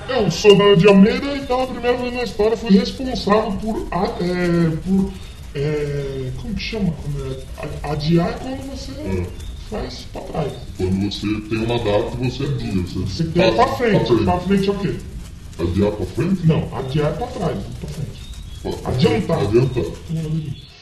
G: Eu sou da de Almeida, então a primeira vez na história fui responsável por. a- é, por é, como que chama? Quando é, a- adiar é quando você faz pra trás.
H: Quando você tem uma data, você adia. Você
G: Você tem pra frente. Pra frente é o quê?
H: Adiar pra frente?
G: Não, adiar é pra trás, não pra frente.
H: Pra-
G: Adiantar.
H: Adiantar.
G: Tem a ver com isso.